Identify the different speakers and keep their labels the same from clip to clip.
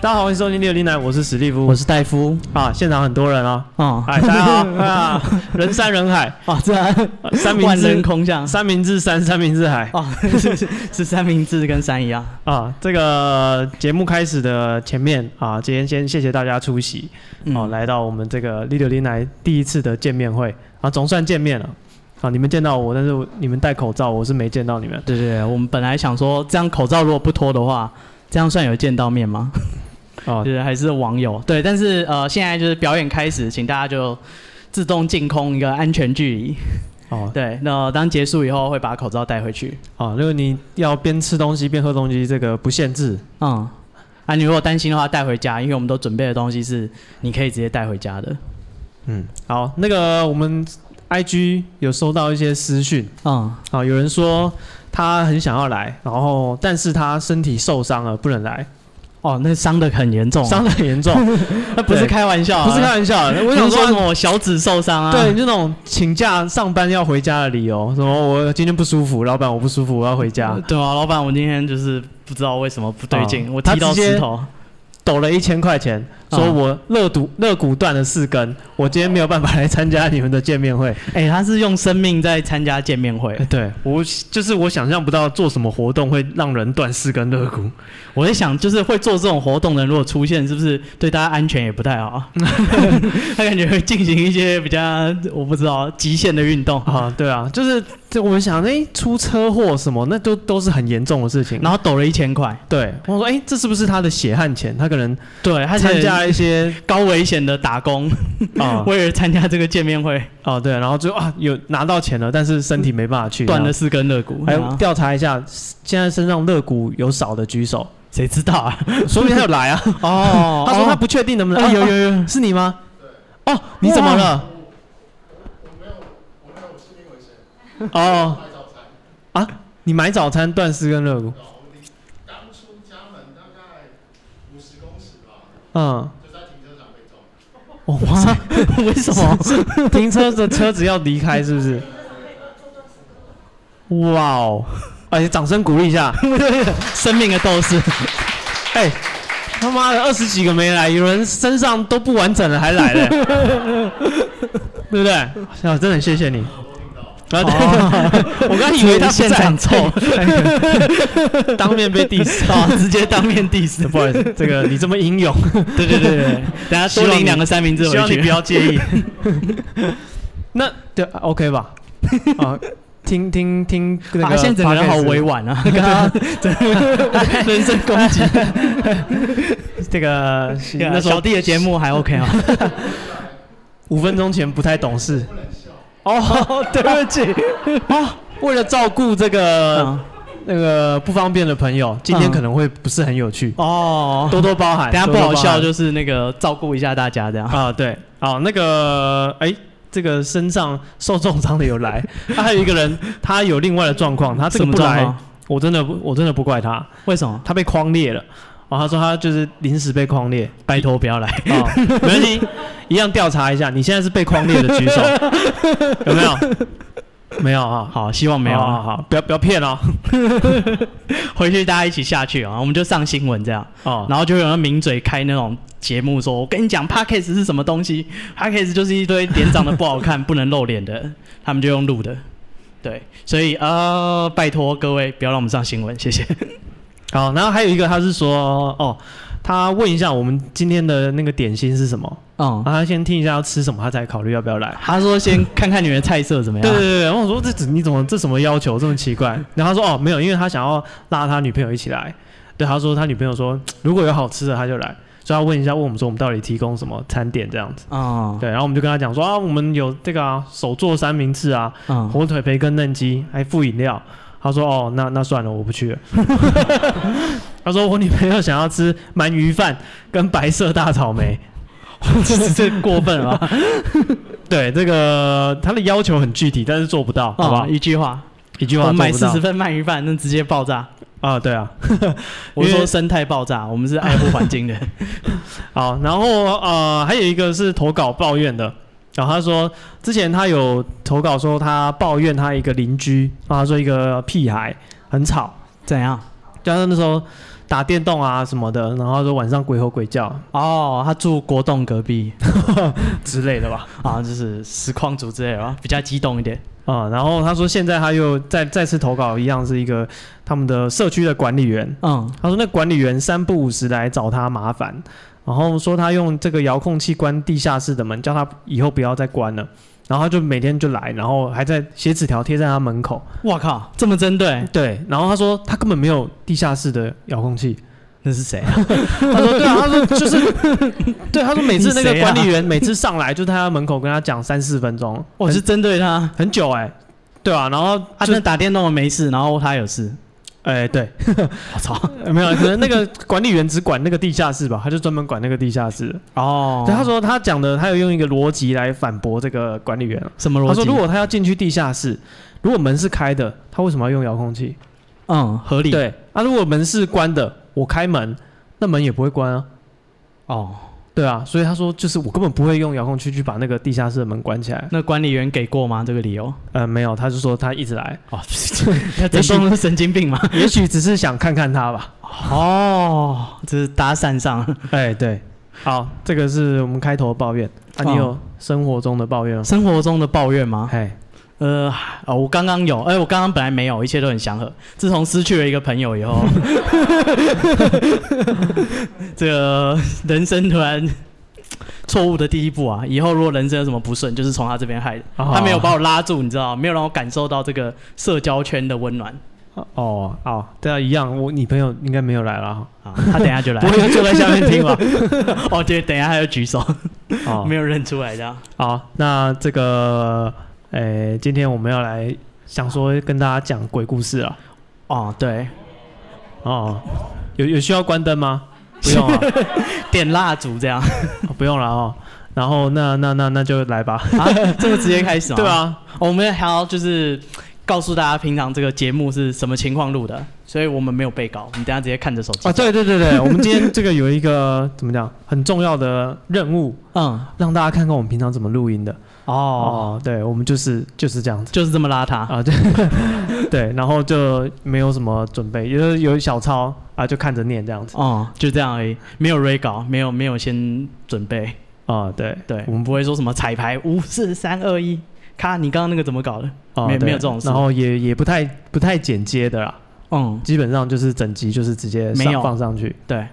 Speaker 1: 大家好，欢迎收听六零来，我是史蒂夫，
Speaker 2: 我是戴夫
Speaker 1: 啊，现场很多人啊，
Speaker 2: 哦
Speaker 1: 哎，大家好啊，人山人海，
Speaker 2: 哦，这
Speaker 1: 啊三明
Speaker 2: 万人
Speaker 1: 治
Speaker 2: 空巷
Speaker 1: 三明治山，三明治海
Speaker 2: 哦， 是是是三明治跟山一样，
Speaker 1: 啊。这个节目开始的前面啊，今天先谢谢大家出席
Speaker 2: 嗯
Speaker 1: 哦，来到我们这个六零来第一次的见面会啊，总算见面了啊。你们见到我，但是我你们戴口罩，我是没见到你们。
Speaker 2: 对对对，我们本来想说这样口罩如果不脱的话，这样算有见到面吗？
Speaker 1: 哦
Speaker 2: 就是还是网友对，但是呃，现在就是表演开始，请大家就自动净空一个安全距离。
Speaker 1: 哦
Speaker 2: 对，那当结束以后会把口罩带回去。
Speaker 1: 哦，如果你要边吃东西边喝东西，这个不限制
Speaker 2: 嗯，啊，你如果担心的话带回家，因为我们都准备的东西是你可以直接带回家的。
Speaker 1: 嗯，好，那个我们 IG 有收到一些私讯
Speaker 2: 嗯，
Speaker 1: 啊，有人说他很想要来，然后但是他身体受伤了，不能来，
Speaker 2: 哦，那伤的很严重、啊，
Speaker 1: 伤得很严 重，
Speaker 2: 那不是
Speaker 1: 对
Speaker 2: 开玩笑、啊，
Speaker 1: 不是开玩笑的。我
Speaker 2: 我
Speaker 1: 想
Speaker 2: 想说什
Speaker 1: 说，
Speaker 2: 么小指受伤啊？
Speaker 1: 对，，就那种请假上班要回家的理由，什么我今天不舒服，老板我不舒服，我要回家，
Speaker 2: 对啊，老板，我今天就是不知道为什么不对劲，
Speaker 1: 哦
Speaker 2: 我踢到石头。
Speaker 1: 抖了一千块钱，说我肋骨肋骨断了四根，我今天没有办法来参加你们的见面会。
Speaker 2: 哎、他是用生命在参加见面会
Speaker 1: 哎，。 对我就是我想象不到做什么活动会让人断四根肋骨。
Speaker 2: 我在想，就是会做这种活动的人，如果出现，是不是对大家安全也不太好？他感觉会进行一些比较我不知道极限的运动，
Speaker 1: 啊，对啊，就是这我们想，哎、出车祸什么，那都都是很严重的事情。
Speaker 2: 然后抖了一千块。
Speaker 1: 对我说，哎、这是不是他的血汗钱？他可能
Speaker 2: 对他
Speaker 1: 参
Speaker 2: 参
Speaker 1: 加
Speaker 2: 加
Speaker 1: 一些
Speaker 2: 高危险的打工，
Speaker 1: 啊
Speaker 2: 为了参加这个见面会，
Speaker 1: 哦，对，然后就啊有拿到钱了，但是身体没办法去
Speaker 2: 断了
Speaker 1: 这
Speaker 2: 四根肋骨。
Speaker 1: 啊样。还
Speaker 2: 对
Speaker 1: 有
Speaker 2: 啊
Speaker 1: 调查一下，现在身上肋骨有少的举手，
Speaker 2: 谁知道啊？
Speaker 1: 说不定他有 来啊。
Speaker 2: 哦
Speaker 1: 他说他不确定能不能。
Speaker 2: 哦
Speaker 1: 啊
Speaker 2: 有
Speaker 1: 有有，是你吗？哦，你怎么了？哦，啊，你买早餐断四根肋骨。嗯，哦哇，
Speaker 2: 为什么？
Speaker 1: 停车的车子要离开是不是？哇哦，哎，掌声鼓励一下！
Speaker 2: 生命的斗士。
Speaker 1: 哎，他妈的，二十几个没来，有人身上都不完整了还来 了，对不对？啊，真的很谢谢你。啊， 对， 我刚以为他不在
Speaker 2: 哦现场 臭，
Speaker 1: 当面被 diss
Speaker 2: 啊，直接当面 diss。
Speaker 1: 不好意思，这个你这么英勇，
Speaker 2: 对对对对， 等下多
Speaker 1: 希望你
Speaker 2: 领两个三明治
Speaker 1: 希
Speaker 2: 回
Speaker 1: 望你不
Speaker 2: 去。
Speaker 1: 要介 意。那对啊，OK 吧？啊，听听听那个 podcast，
Speaker 2: 啊，现在整个人好委婉 啊，跟他人身攻 击。
Speaker 1: 这个那
Speaker 2: 那
Speaker 1: 时候
Speaker 2: 小弟的节目还 OK 啊，
Speaker 1: 五分钟前不太懂 事。哦，对不起啊， 为了照顾这个
Speaker 2: 嗯
Speaker 1: 那个不方便的朋友，今天可能会不是很有趣，
Speaker 2: 哦，
Speaker 1: 多多包涵。
Speaker 2: 等下不
Speaker 1: 多多
Speaker 2: 好
Speaker 1: 包涵
Speaker 2: 笑就是那个照顾一下大家这样。
Speaker 1: 啊，对，好，那个哎。这个身上受重伤的有来， 他、还有一个人，他有另外的状况，他这个
Speaker 2: 什么
Speaker 1: 不
Speaker 2: 状
Speaker 1: 来，
Speaker 2: 况？
Speaker 1: 我真的不我真的不怪他，
Speaker 2: 为什么？
Speaker 1: 他被框裂了，哦，他说他就是临时被框裂，
Speaker 2: 拜托不要来。
Speaker 1: 哦，没关系，一样调查一下，你现在是被框裂的 举手，有没有？没有啊、
Speaker 2: 好，希望没有
Speaker 1: 好好
Speaker 2: 啊。
Speaker 1: 好，不要不要骗哦。
Speaker 2: 回去大家一起下去啊，我们就上新闻这样。
Speaker 1: 哦，
Speaker 2: 然后就有人抿嘴开那种节目说，我跟你讲 p a c k a g e 是什么东西 p a c k a g e 就是一堆脸长得不好看、 不能露脸的，他们就用录的。对，所以呃，拜托各位不要让我们上新闻，谢 谢。
Speaker 1: 好，然后还有一个他是说，哦，他问一下我们今天的那个点心是什么，
Speaker 2: 嗯
Speaker 1: 然，后他先听一下要吃什么，他才考虑要不要来。
Speaker 2: 他说先看看你们的菜色怎么
Speaker 1: 对
Speaker 2: 样。
Speaker 1: 对对，然后我说这怎你怎么这什么要求这么 奇怪？然后他说哦没有，因为他想要拉他女朋友一起来。对，他说他女朋友说如果有好吃的他就来，所以他问一下问我们说我们到底提供什么餐点这样子。
Speaker 2: 嗯
Speaker 1: 对，然后我们就跟他讲说啊我们有这个啊手做三明治啊，
Speaker 2: 嗯，
Speaker 1: 火腿培根嫩鸡，还附饮料。他说：“哦，那那算了，我不去 了。”他说：“我女朋友想要吃鳗鱼饭跟白色大草莓。
Speaker 2: 这 过分了 吧？”
Speaker 1: 对，这个他的要求很具体，但是做不到，好不好
Speaker 2: 啊，？一句话，
Speaker 1: 嗯一句
Speaker 2: 我
Speaker 1: 话
Speaker 2: 们
Speaker 1: 做
Speaker 2: 买
Speaker 1: 不
Speaker 2: 四十
Speaker 1: 到
Speaker 2: 份鳗鱼饭，那直接爆炸。
Speaker 1: 啊！对啊，
Speaker 2: 我
Speaker 1: 因为
Speaker 2: 说生态爆炸，我们是爱护环 境的。
Speaker 1: 好，然后呃，还有一个是投稿抱怨的，然后他说之前他有投稿说他抱怨他一个邻居啊，他说一个屁孩很吵，
Speaker 2: 怎样？
Speaker 1: 加上那时候打电动啊什么的，然后说晚上鬼吼鬼叫
Speaker 2: 哦，他住国栋隔 壁
Speaker 1: 之类的吧，
Speaker 2: 啊，就是实况组之类的吧，比较激动一点。
Speaker 1: 啊、然后他说现在他又再再次投稿，一样是一个他们的社区的管理员，
Speaker 2: 嗯，
Speaker 1: 他说那管理员三不五时来找他麻烦，然后说他用这个遥控器关地下室的门，叫他以后不要再关了。然后他就每天就来，然后还在写纸条贴在他门口。
Speaker 2: 哇靠，这么针对，
Speaker 1: 对，然后他说他根本没有地下室的遥控器。
Speaker 2: 那是谁啊？
Speaker 1: 他说对啊，他说就是对，他说每次那
Speaker 2: 你
Speaker 1: 个
Speaker 2: 谁啊
Speaker 1: 管理员每次上来就在他门口跟他讲三四分钟，
Speaker 2: 我是
Speaker 1: 很
Speaker 2: 针对他，
Speaker 1: 很久哎、对啊，然后
Speaker 2: 他
Speaker 1: 就
Speaker 2: 真的打电动没事，然后他有事，
Speaker 1: 哎、对，
Speaker 2: 我操！
Speaker 1: 没有，可能那个管理员只管那个地下室吧，他就专门管那个地下室。
Speaker 2: 哦，
Speaker 1: 对，他说他讲的，他有用一个逻辑来反驳这个管理员。
Speaker 2: 什么逻辑？
Speaker 1: 他说，如果他要进去地下室，如果门是开的，他为什么要用遥控器？
Speaker 2: 嗯合理，
Speaker 1: 对，啊，如果门是关的，我开门，那门也不会关啊。
Speaker 2: 哦，
Speaker 1: 对啊，所以他说，就是我根本不会用遥控器去把那个地下室的门关起来。
Speaker 2: 那管理员给过吗？这个理由？
Speaker 1: 呃，没有，他就说他一直 来，
Speaker 2: 哦，那这动是神经病吗？
Speaker 1: 也许只是想看看他吧。
Speaker 2: 哦，这是搭讪上了
Speaker 1: 哎，对，好，这个是我们开头的抱怨啊，你
Speaker 2: 哦
Speaker 1: 有生活中的抱怨吗？
Speaker 2: 生活中的抱怨吗？
Speaker 1: 哎，
Speaker 2: 呃，哦，我刚刚有，哎、我刚刚本来没有，一切都很祥和。自从失去了一个朋友以后， 这个人生突然错误的第一步啊！以后如果人生有什么不顺，就是从他这边害的。
Speaker 1: 哦
Speaker 2: 他没有把我拉住，你知道，没有让我感受到这个社交圈的温暖
Speaker 1: 哦，哦，对啊，一样，我你朋友应该没有来了哈。
Speaker 2: 啊。他等一 下就来，
Speaker 1: 不会就在下面听吧？
Speaker 2: 哦，对，等一下他就举手，
Speaker 1: 哦，
Speaker 2: 没有认出来的。
Speaker 1: 好，那这个，诶、今天我们要来想说跟大家讲鬼故事啊。
Speaker 2: 哦，对，
Speaker 1: 哦，有有需要关灯吗？不用啊，
Speaker 2: 点蜡烛这样啊，
Speaker 1: 哦不用了哦。然后那那那那就来吧。
Speaker 2: 啊这么直接开始吗？
Speaker 1: 对啊，
Speaker 2: 我们还要就是告诉大家，平常这个节目是什么情况录的，所以我们没有备稿，我们等一下直接看着手机。
Speaker 1: 啊，对对对 对，我们今天这个有一个怎么讲很重要的任务，
Speaker 2: 嗯，
Speaker 1: 让大家看看我们平常怎么录音的。
Speaker 2: 哦，
Speaker 1: 哦，对，我们就是就是这样子。
Speaker 2: 就是这么邋遢。
Speaker 1: 啊，对 对，然后就没有什么准备，就是有小抄啊，就看着念这样子
Speaker 2: 哦、就这样而已，没有 re 稿，没有没有先准备，
Speaker 1: 啊，对
Speaker 2: 对我们不会说什么彩排五四三二一，咔，你刚刚那个怎么搞的？
Speaker 1: 啊，
Speaker 2: 没有
Speaker 1: 对
Speaker 2: 没有这种事
Speaker 1: 然后也也不太不太剪接的啦，
Speaker 2: 嗯，
Speaker 1: 基本上就是整集就是直接
Speaker 2: 没有
Speaker 1: 上放上去
Speaker 2: 对，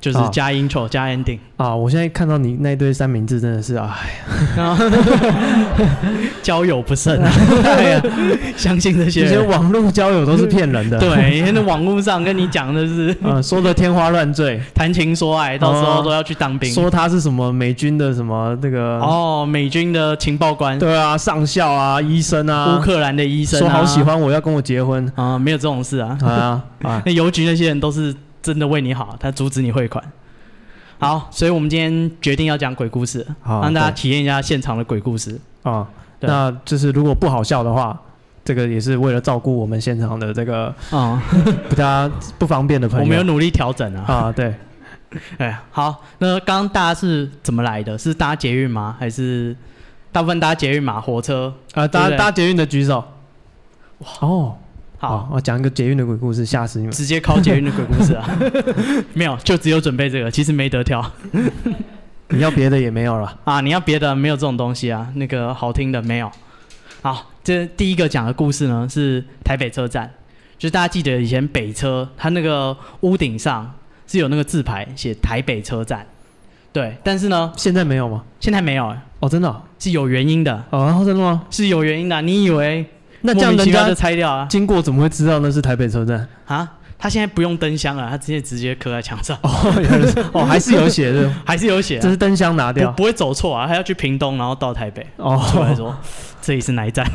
Speaker 2: 就是
Speaker 1: 哦
Speaker 2: 加 intro 加 ending，
Speaker 1: 啊。我现在看到你那堆三明治真的是啊，哎
Speaker 2: 然后哦交友不 慎啊，对啊，相信这些
Speaker 1: 这些
Speaker 2: 人，
Speaker 1: 网络交友都是骗人的，，
Speaker 2: 对，因为那网络上跟你讲的是。
Speaker 1: 呃，说的天花乱坠，
Speaker 2: 谈情说爱，到时候都要去当兵。
Speaker 1: 说他是什么美军的什么那个，
Speaker 2: 哦，美军的情报官，
Speaker 1: 对啊，上校啊，医生
Speaker 2: 乌
Speaker 1: 啊，
Speaker 2: 克兰的医生、啊，
Speaker 1: 说好喜欢我要跟我结婚
Speaker 2: 啊、没有这种事啊。
Speaker 1: 啊啊，
Speaker 2: 那邮局那些人都是真的为你好，他阻止你汇款。好，所以我们今天决定要讲鬼故事，
Speaker 1: 好
Speaker 2: 让大家
Speaker 1: 对
Speaker 2: 体验一下现场的鬼故事。
Speaker 1: 啊、
Speaker 2: 对
Speaker 1: 那就是如果不好笑的话，这个也是为了照顾我们现场的这个
Speaker 2: 啊、
Speaker 1: 不大不方便的朋
Speaker 2: 我
Speaker 1: 友。
Speaker 2: 们有努力调整啊。
Speaker 1: 啊，对，
Speaker 2: 哎，好，那刚刚大家是怎么来的？是搭捷运吗？还是大部分搭捷运嘛？火车？
Speaker 1: 啊，搭
Speaker 2: 对不对
Speaker 1: 搭捷运的举手。哇哦，
Speaker 2: 好，
Speaker 1: 我讲一个捷运的鬼故事，吓死你们！
Speaker 2: 直接考捷运的鬼故事啊？没有，就只有准备这个，其实没得挑。
Speaker 1: 你要别的也没有了。
Speaker 2: 啊，你要别的没有这种东西啊，那个好听的没有。好，这第一个讲的故事呢是台北车站，就是大家记得以前北车它那个屋顶上是有那个字牌写台北车站，对，但是呢
Speaker 1: 现在没有吗？
Speaker 2: 现在没有，
Speaker 1: 哦，真的哦，
Speaker 2: 是有原因的，
Speaker 1: 哦然后真的吗？
Speaker 2: 是有原因的。你以为
Speaker 1: 那这样
Speaker 2: 莫
Speaker 1: 人
Speaker 2: 名其妙
Speaker 1: 家
Speaker 2: 就拆掉啊？
Speaker 1: 经过怎么会知道那是台北车站？
Speaker 2: 啊，他现在不用灯箱了，他直接直接刻在墙上，
Speaker 1: 哦，原来是 哦，还是有写的，
Speaker 2: 还是有写、
Speaker 1: 这
Speaker 2: 啊，
Speaker 1: 是灯箱拿
Speaker 2: 不
Speaker 1: 掉。
Speaker 2: 不会走错啊，他要去屏东，然后到台北。
Speaker 1: 哦，
Speaker 2: 出来说这里是哪一站？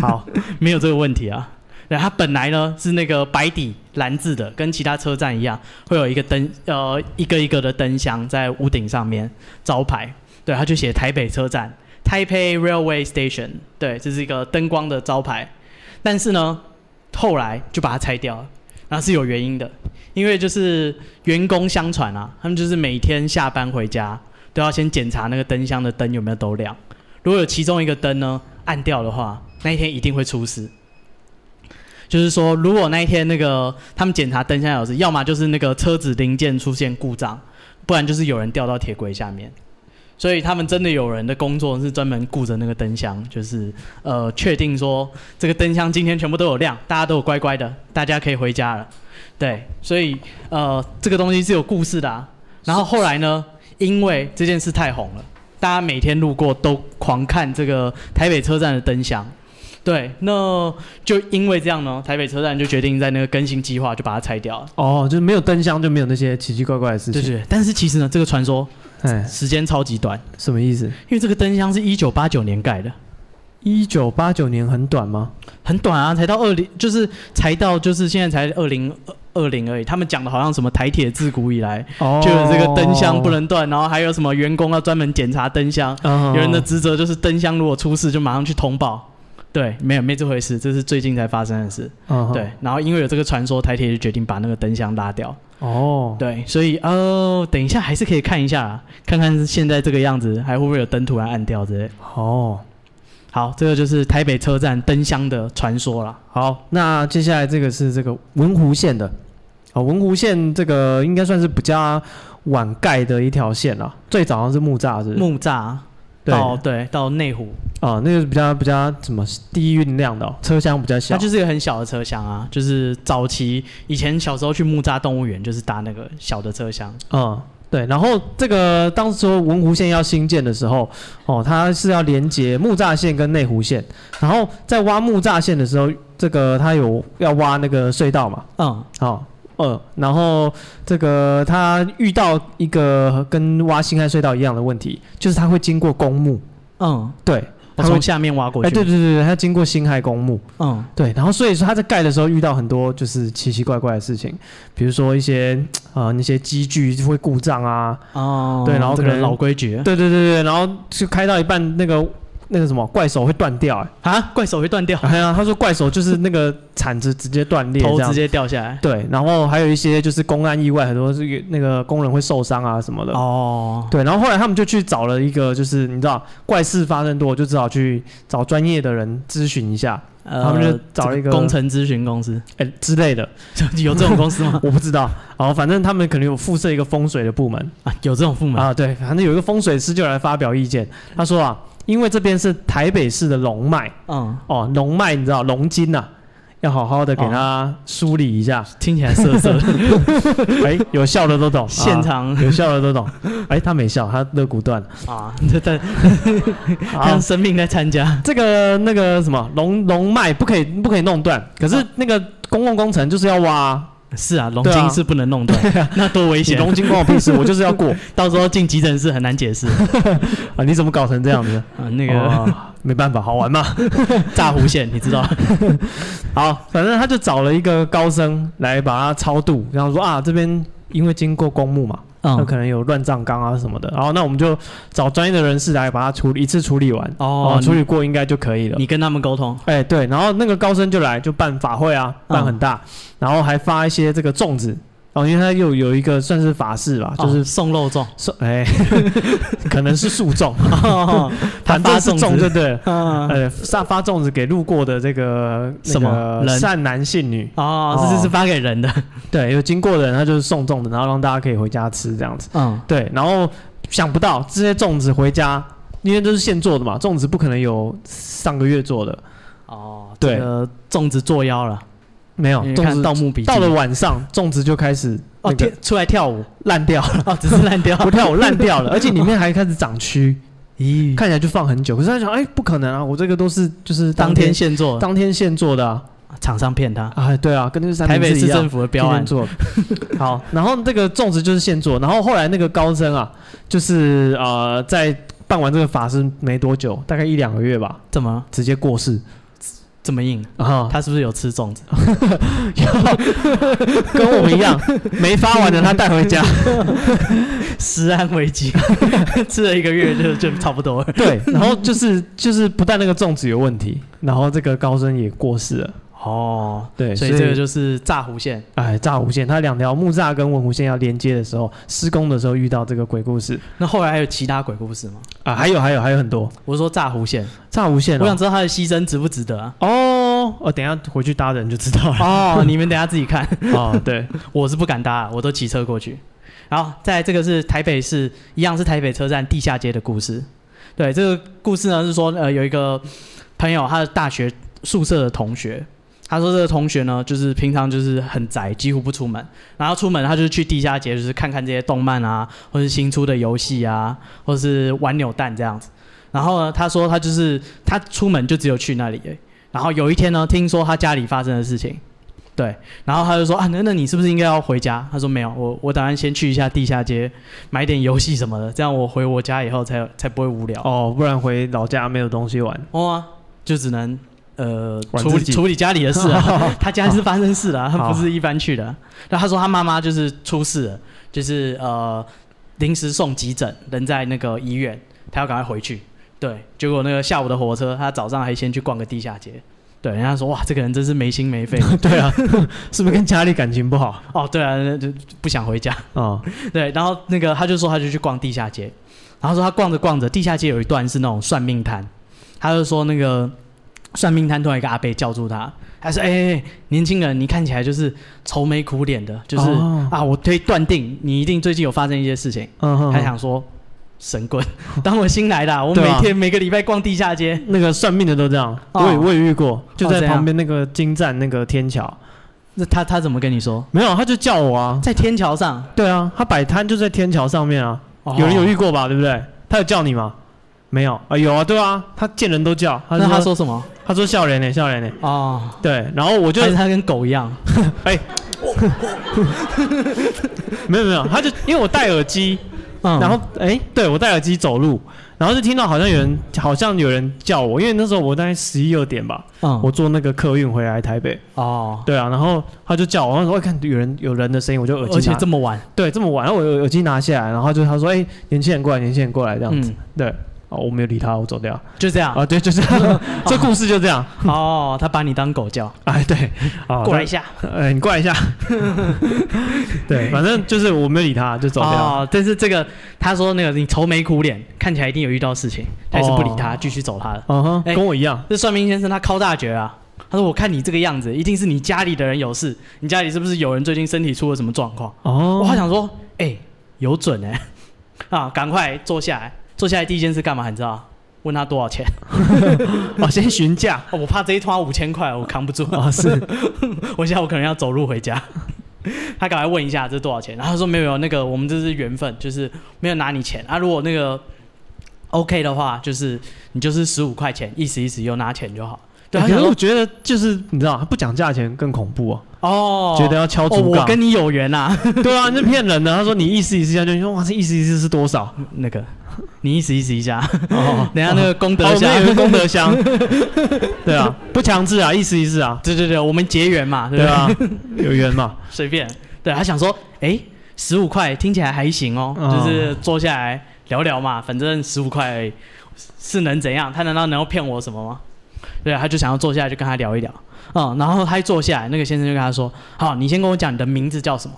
Speaker 1: 好，
Speaker 2: 没有这个问题啊。对，它本来呢是那个白底蓝字的，跟其他车站一样，会有一个灯呃一个一个的灯箱在屋顶上面招牌，对，它就写台北车站 Taipei Railway Station，对，这是一个灯光的招牌。但是呢，后来就把它拆掉了，然后是有原因的，因为就是员工相传啊，他们就是每天下班回家都要先检查那个灯箱的灯有没有都亮，如果有其中一个灯呢按掉的话，那一天一定会出事。就是说，如果那一天那个他们检查灯箱有事，要么就是那个车子零件出现故障，不然就是有人掉到铁轨下面。所以他们真的有人的工作是专门顾着那个灯箱，就是呃确定说这个灯箱今天全部都有亮，大家都有乖乖的，大家可以回家了。对，所以呃这个东西是有故事的、啊。然后后来呢，因为这件事太红了，大家每天路过都狂看这个台北车站的灯箱。对，那就因为这样呢，台北车站就决定在那个更新计划就把它拆掉了。
Speaker 1: 哦，就是没有灯箱就没有那些奇奇怪怪的事
Speaker 2: 对
Speaker 1: 情。
Speaker 2: 对，对但是其实呢，这个传说
Speaker 1: 哎，
Speaker 2: 时间超级短，
Speaker 1: 什么意思？
Speaker 2: 因为这个灯箱是一九八九年盖的，
Speaker 1: 一九八九年很短吗？
Speaker 2: 很短啊，才到二零，就是才到就是现在才二零二零而已。他们讲的好像什么台铁自古以来
Speaker 1: 哦
Speaker 2: 就有这个灯箱不能断，然后还有什么员工要专门检查灯箱，
Speaker 1: 嗯
Speaker 2: 有人的职责就是灯箱如果出事就马上去通报。对，没有没这回事，这是最近才发生的事。
Speaker 1: 嗯
Speaker 2: 对，然后因为有这个传说，台铁就决定把那个灯箱拉掉。
Speaker 1: 哦，
Speaker 2: 对，所以哦，等一下还是可以看一下啦，看看现在这个样子还会不会有灯突然暗掉之类。
Speaker 1: 哦，
Speaker 2: 好，这个就是台北车站灯箱的传说啦。
Speaker 1: 好，那接下来这个是这个文湖线的，啊，文湖线这个应该算是比较晚盖的一条线啦，最早好像是木栅是不是？
Speaker 2: 木栅
Speaker 1: 对
Speaker 2: 到对到内湖，
Speaker 1: 啊，那个比较比较什么低运量的哦、车厢比较小，
Speaker 2: 它就是一个很小的车厢啊，就是早期以前小时候去木栅动物园就是搭那个小的车厢，
Speaker 1: 嗯，对。然后这个当时说文湖线要新建的时候，哦，它是要连接木栅线跟内湖线。然后在挖木栅线的时候，这个它有要挖那个隧道嘛？
Speaker 2: 嗯，
Speaker 1: 哦，呃，然后这个它遇到一个跟挖新汉隧道一样的问题，就是它会经过公墓。
Speaker 2: 嗯，
Speaker 1: 对，它
Speaker 2: 我
Speaker 1: 会
Speaker 2: 从。下面挖过
Speaker 1: 哎，
Speaker 2: 去。
Speaker 1: 对对对对，它经过新海公墓，
Speaker 2: 嗯，
Speaker 1: 对，然后所以说它在盖的时候遇到很多就是奇奇怪怪的事情，比如说一些啊、呃那些机具会故障啊，
Speaker 2: 哦，
Speaker 1: 对然后
Speaker 2: 这
Speaker 1: 可
Speaker 2: 个
Speaker 1: 能
Speaker 2: 老规矩
Speaker 1: 对对对对，然后就开到一半，那个那个什么怪手会断掉、欸，
Speaker 2: 啊，怪手会断掉，
Speaker 1: 哎呀，他说怪手就是那个铲子直接断裂
Speaker 2: 头
Speaker 1: 这
Speaker 2: 直
Speaker 1: 样。
Speaker 2: 接掉下来。
Speaker 1: 对，然后还有一些就是公安意外，很多是那个工人会受伤啊什么的。
Speaker 2: 哦，
Speaker 1: 对，然后后来他们就去找了一个，就是你知道怪事发生多，就只好去找专业的人咨询一下，
Speaker 2: 呃
Speaker 1: 他们就找了一
Speaker 2: 这
Speaker 1: 个
Speaker 2: 工程咨询公司，
Speaker 1: 哎之类的，
Speaker 2: 有这种公司 吗？
Speaker 1: 我不知道。然后反正他们可能有附设一个风水的部门，
Speaker 2: 啊，有这种部门
Speaker 1: 啊，对，反正有一个风水师就来发表意见，他说啊，因为这边是台北市的龙脉
Speaker 2: 嗯，
Speaker 1: 哦，龙脉你知道龙筋呐、要好好的
Speaker 2: 哦
Speaker 1: 给它梳理一下。
Speaker 2: 听起来涩 涩的，
Speaker 1: 哎、有笑的都懂，啊
Speaker 2: 现场
Speaker 1: 有笑的都懂。哎、他没笑，他肋骨 断了。
Speaker 2: 啊，这这
Speaker 1: 啊
Speaker 2: 让生命在参加。
Speaker 1: 这个那个什么龙龙脉不可以不可以弄断，可是那个公共工程就是要挖、啊，
Speaker 2: 是啊，龙
Speaker 1: 对啊
Speaker 2: 筋是不能弄断，那多危
Speaker 1: 你
Speaker 2: 险！
Speaker 1: 龙筋关我 屁事，我就是要过
Speaker 2: 到时候进急诊室很难解释。
Speaker 1: 啊！你怎么搞成这样子？
Speaker 2: 啊，那个
Speaker 1: 哦没办法，好玩嘛。
Speaker 2: 炸弧线，你知道？
Speaker 1: 好，反正他就找了一个高僧来把它超度，然后说啊，这边因为经过公墓嘛，那
Speaker 2: 嗯，
Speaker 1: 可能有乱葬岗啊什么的，然后那我们就找专业的人士来把它处理一次处理完，
Speaker 2: 哦
Speaker 1: 哦，，处理过应该就可以了
Speaker 2: 你。跟他们沟通，
Speaker 1: 哎，对，然后那个高僧就来就办法会啊，
Speaker 2: 嗯
Speaker 1: 办很大，然后还发一些这个粽子，哦，因为他又有一个算是法事吧，啊就
Speaker 2: 就是是哦送 肉粽，
Speaker 1: 送哎，可能是树 粽，
Speaker 2: 哦
Speaker 1: 反正是粽就
Speaker 2: 子，
Speaker 1: 对了。
Speaker 2: 嗯，
Speaker 1: 呃，散发粽子给路过的这个那
Speaker 2: 什么
Speaker 1: 个
Speaker 2: 人
Speaker 1: 善男信女，
Speaker 2: 哦，是是是发给人的，
Speaker 1: 对，有经过的人他就是送粽子，然后让大家可以回家吃这样子。
Speaker 2: 嗯，
Speaker 1: 对，然后想不到这些粽子回家，因为都是现做的嘛，粽子不可能有上个月做的，
Speaker 2: 哦，
Speaker 1: 对
Speaker 2: 这个粽子作妖了，
Speaker 1: 没有
Speaker 2: 你
Speaker 1: 粽
Speaker 2: 看
Speaker 1: 子
Speaker 2: 《盗墓笔记》
Speaker 1: 到了晚上，粽子就开始
Speaker 2: 哦，
Speaker 1: 那
Speaker 2: 跳
Speaker 1: 个
Speaker 2: 出来 跳舞，
Speaker 1: 烂掉了，
Speaker 2: 哦，只是烂掉，
Speaker 1: 不跳舞烂掉 了，而且里面还开始长蛆，
Speaker 2: 咦，
Speaker 1: 看起来就放很久。可是他想，哎，不可能啊，我这个都是就是
Speaker 2: 当
Speaker 1: 当
Speaker 2: 天
Speaker 1: 天
Speaker 2: 现做，
Speaker 1: 当天现做的啊，
Speaker 2: 厂商骗他，
Speaker 1: 哎，对啊，跟那个三
Speaker 2: 台
Speaker 1: 明
Speaker 2: 北
Speaker 1: 治
Speaker 2: 市
Speaker 1: 一样
Speaker 2: 政。府的标案
Speaker 1: 天天，做。 好，然后这个粽子就是现做，然后后来那个高僧啊，就是呃，在办完这个法事没多久，大概一两个月吧，
Speaker 2: 怎么
Speaker 1: 直接过世
Speaker 2: 这么硬？
Speaker 1: 啊，
Speaker 2: 他是不是有吃粽子？
Speaker 1: 跟我们一样，没发完的他带回家。
Speaker 2: 食安危 机，吃了一个月就就差不多了。
Speaker 1: 对，然后就是就是不但那个粽子有问题，然后这个高僧也过世了。
Speaker 2: 哦，
Speaker 1: 对，
Speaker 2: 所以这个就是炸弧线。
Speaker 1: 哎，炸弧线，它两条木栅跟文湖线要连接的时候，施工的时候遇到这个鬼故事
Speaker 2: 那后来还有其他鬼故事吗？
Speaker 1: 啊，还有还有还有很多
Speaker 2: 我是说炸弧线，
Speaker 1: 炸弧线、哦，
Speaker 2: 我想知道他的牺牲值不值得啊？
Speaker 1: 哦，哦哦，等一下回去搭人就知道了。
Speaker 2: 哦，你们等一下自己看。
Speaker 1: 哦， 对，
Speaker 2: 我是不敢搭，我都骑车过去。然后在这个是台北市，一样是台北车站地下街的故事。对，这个故事呢是说，呃，有一个朋友，他的大学宿舍的同学，他说这个同学呢，就是平常就是很宅，几乎不出门。然后出门他就是去地下街，就是看看这些动漫啊，或是新出的游戏啊，或是玩扭蛋这样子。然后呢，他说他就是他出门就只有去那里而已。然后有一天呢，听说他家里发生的事情，对，然后他就说啊，那那你是不是应该要回家？他说没有，我我打算先去一下地下街买点游戏什么的，这样我回我家以后才有才不会无聊。哦，
Speaker 1: 哦，不然回老家没有东西 玩。
Speaker 2: 啊、就只能呃
Speaker 1: 玩
Speaker 2: 处理
Speaker 1: 自己
Speaker 2: 处理家里的事 啊，他家是发生事了、啊，他
Speaker 1: 好
Speaker 2: 不是一般去的啊。那他说他妈妈就是出事了，就是呃临时送急诊，人在那个医院，他要赶快回去。对，结果那个下午的火车，他早上还先去逛个地下街。对，人家说哇，这个人真是没心没 肺。
Speaker 1: 对啊， 是不是跟家里感情不好
Speaker 2: 哦，对啊，那就就不想回家。
Speaker 1: 啊？
Speaker 2: 对，然后那个他就说他就去逛地下街，然后说他逛着逛着，地下街有一段是那种算命摊，他就说那个算命摊突然一个阿伯叫住他，他说：“哎、哎哎年轻人，你看起来就是愁眉苦脸的，就是、
Speaker 1: 哦
Speaker 2: 啊，我可以断定你一定最近有发生一些事情。
Speaker 1: 嗯哼
Speaker 2: 他想说。神棍，当我新来的啊、我每
Speaker 1: 对啊
Speaker 2: 天、每个礼拜逛地下街，
Speaker 1: 那个算命的都这样，
Speaker 2: 哦
Speaker 1: 我也我也遇过，就
Speaker 2: 哦
Speaker 1: 在
Speaker 2: 怎样
Speaker 1: 旁边那个金站那个天桥，
Speaker 2: 那他他怎么跟你说？
Speaker 1: 没有，他就叫我啊。
Speaker 2: 在天桥上，
Speaker 1: 对啊，他摆摊就在天桥上面啊，
Speaker 2: 哦
Speaker 1: 有人有遇过吧？对不对？他有叫你吗？没有啊，有啊，对啊，他见人都叫。他
Speaker 2: 那他
Speaker 1: 他
Speaker 2: 说什么？
Speaker 1: 他说笑脸呢，笑脸呢。
Speaker 2: 哦，
Speaker 1: 对，然后我就哎
Speaker 2: 就是他跟狗一样，
Speaker 1: 没有没有，他就因为我戴耳机，
Speaker 2: 嗯，
Speaker 1: 然后哎、对我戴耳机走路，然后就听到好像有人好像有人叫我，因为那时候我大概十一二点吧，
Speaker 2: 嗯，
Speaker 1: 我坐那个客运回来台北。
Speaker 2: 哦，
Speaker 1: 对啊，然后他就叫我，然后我看有人有人的声音，我就耳机
Speaker 2: 而且
Speaker 1: 拿
Speaker 2: 这么晚，
Speaker 1: 对这么晚，然后我耳耳机拿下来，然后就他说哎、年轻人过来，年轻人过来这样子。
Speaker 2: 嗯，
Speaker 1: 对，哦我没有理他，我走掉。
Speaker 2: 就这样。
Speaker 1: 啊，对，就 这样，这故事就这样。
Speaker 2: 哦，他把你当狗叫，
Speaker 1: 哎，对，啊，
Speaker 2: 过来一下，
Speaker 1: 那，呃，你过 来一下。对，反正就是我没有理他，就走掉。
Speaker 2: 哦，但是这个他说那个你愁眉苦脸，看起来一定有遇到事情，他也是不理他，
Speaker 1: 哦
Speaker 2: 继续走他的。
Speaker 1: 嗯哼，
Speaker 2: 哎
Speaker 1: 跟我一样。
Speaker 2: 这算命先生他靠大绝啊，他说我看你这个样子，一定是你家里的人有事，你家里是不是有人最近身体出了什么状况？
Speaker 1: 哦
Speaker 2: 我好想说，哎，有准哎，啊，赶快坐下来，坐下来第一件事干嘛？你知道？问他多少钱？
Speaker 1: 哦，先询价。
Speaker 2: 哦我怕这一趟五千块，我扛不住。
Speaker 1: 啊，是，
Speaker 2: 我下午可能要走路回家。 他赶快问一下这多少钱，然后他说没有没有，那个我们这是缘分，就是没有拿你钱啊。如果那个 OK 的话，就是你就是十五块钱，意思意思有拿钱就好。对，
Speaker 1: 哎可
Speaker 2: 他
Speaker 1: 是
Speaker 2: 想
Speaker 1: 我
Speaker 2: 说
Speaker 1: 觉得就是你知道，他不讲价钱更恐怖啊，
Speaker 2: 哦，
Speaker 1: 觉得要敲
Speaker 2: 哦，
Speaker 1: 竹
Speaker 2: 我
Speaker 1: 杠。
Speaker 2: 跟你有缘呐、啊。
Speaker 1: 对啊，那骗人的。他说你意思意思一下，就你说哇，这意思意思是多少？
Speaker 2: 那个你意思意思一下，
Speaker 1: 哦，
Speaker 2: 等一下那个功
Speaker 1: 哦
Speaker 2: 德
Speaker 1: 我
Speaker 2: 箱
Speaker 1: 们有一，个功德箱。对啊，不强制啊，意思意思啊。
Speaker 2: 对对对，我们结缘嘛，对
Speaker 1: 对
Speaker 2: 吧？
Speaker 1: 啊， 有缘嘛。
Speaker 2: 随便。对他想说，哎，十五块听起来还行哦，
Speaker 1: 哦
Speaker 2: 就是坐下来聊聊嘛，反正十五块而已是能怎样？他难道能够骗我什么吗？对，他就想要坐下来就跟他聊一聊，嗯，然后他一坐下来，那个先生就跟他说：“好，你先跟我讲你的名字叫什么。”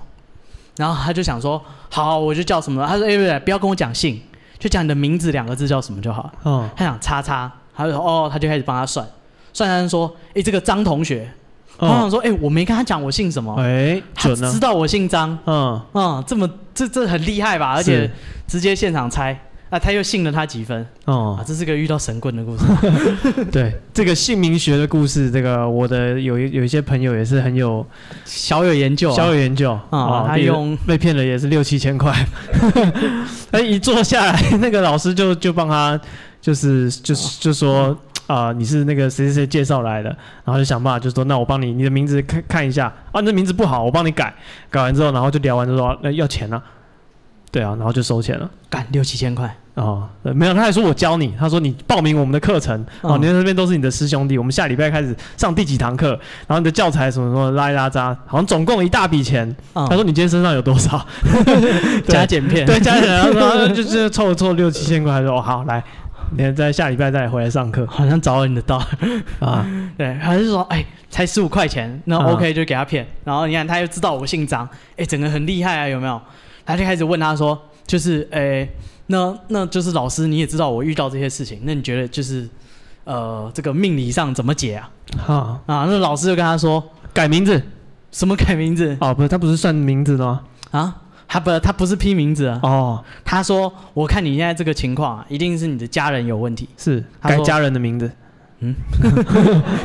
Speaker 2: 然后他就想说：“好，我就叫什么？”他说：“哎、不对，不要跟我讲姓，就讲你的名字两个字叫什么就好了。”
Speaker 1: 嗯，
Speaker 2: 他想叉叉，他就说：“哦。”他就开始帮他算，算算说：“哎、这个张同学。”他
Speaker 1: 哦
Speaker 2: 想说：“哎、我没跟他讲我姓什么。”
Speaker 1: 哎，
Speaker 2: 嗯他
Speaker 1: 准呢
Speaker 2: 知。道我姓张，
Speaker 1: 嗯，
Speaker 2: 嗯，这么这这很厉害吧？而且
Speaker 1: 是
Speaker 2: 直接现场猜啊，他又信了他几分啊？
Speaker 1: 哦，
Speaker 2: 这是个遇到神棍的故事
Speaker 1: 对，这个姓名学的故事，这个我的有一有一些朋友也是很有
Speaker 2: 小有研究、
Speaker 1: 小
Speaker 2: 啊。
Speaker 1: 有研究
Speaker 2: 啊
Speaker 1: 哦
Speaker 2: 他
Speaker 1: 被
Speaker 2: 用
Speaker 1: 被骗了也是六七千块， 哎，一坐下来， 那个老师就就帮他就是就是就说。啊、你是那个谁谁谁介绍来的，然后就想办法，就说那我帮你，你的名字看看一下啊，你的名字不好，我帮你改。改完之后，然后就聊完就说那、要钱啊，对啊，然后就收钱了。
Speaker 2: 干六七千块，
Speaker 1: 哦，呃没有，他还说我教你，他说你报名我们的课程，哦，
Speaker 2: 嗯
Speaker 1: 你在那边都是你的师兄弟，我们下礼拜开始上第几堂课，然后你的教材什么什么拉一拉渣，好像总共一大笔钱。
Speaker 2: 嗯
Speaker 1: 他说你今天身上有多 少？
Speaker 2: 加减片，
Speaker 1: 对，加起来，啊 然后就是凑了凑六七千块，他说哦好来，你在下礼拜再回来上课
Speaker 2: 好像找了你的道。
Speaker 1: 啊，
Speaker 2: 对，还是说，哎，才十五块钱，那
Speaker 1: 啊
Speaker 2: OK 就给他骗。然后你看他又知道我姓张，哎，整个很厉害啊，有没有？他就开始问他说，就是，哎，那那就是老师你也知道我遇到这些事情，那你觉得就是，呃这个命理上怎么解啊？
Speaker 1: 哈，
Speaker 2: 啊，那老师就跟他说
Speaker 1: 改名字
Speaker 2: 什么改名字
Speaker 1: 哦，不是，他不是算名字的吗？
Speaker 2: 啊？他不，他不是批名字啊。
Speaker 1: 哦，
Speaker 2: 他说：“我看你现在这个情况、啊，一定是你的家人有问题。
Speaker 1: 是
Speaker 2: 他
Speaker 1: 改
Speaker 2: 说
Speaker 1: 家人的 名字，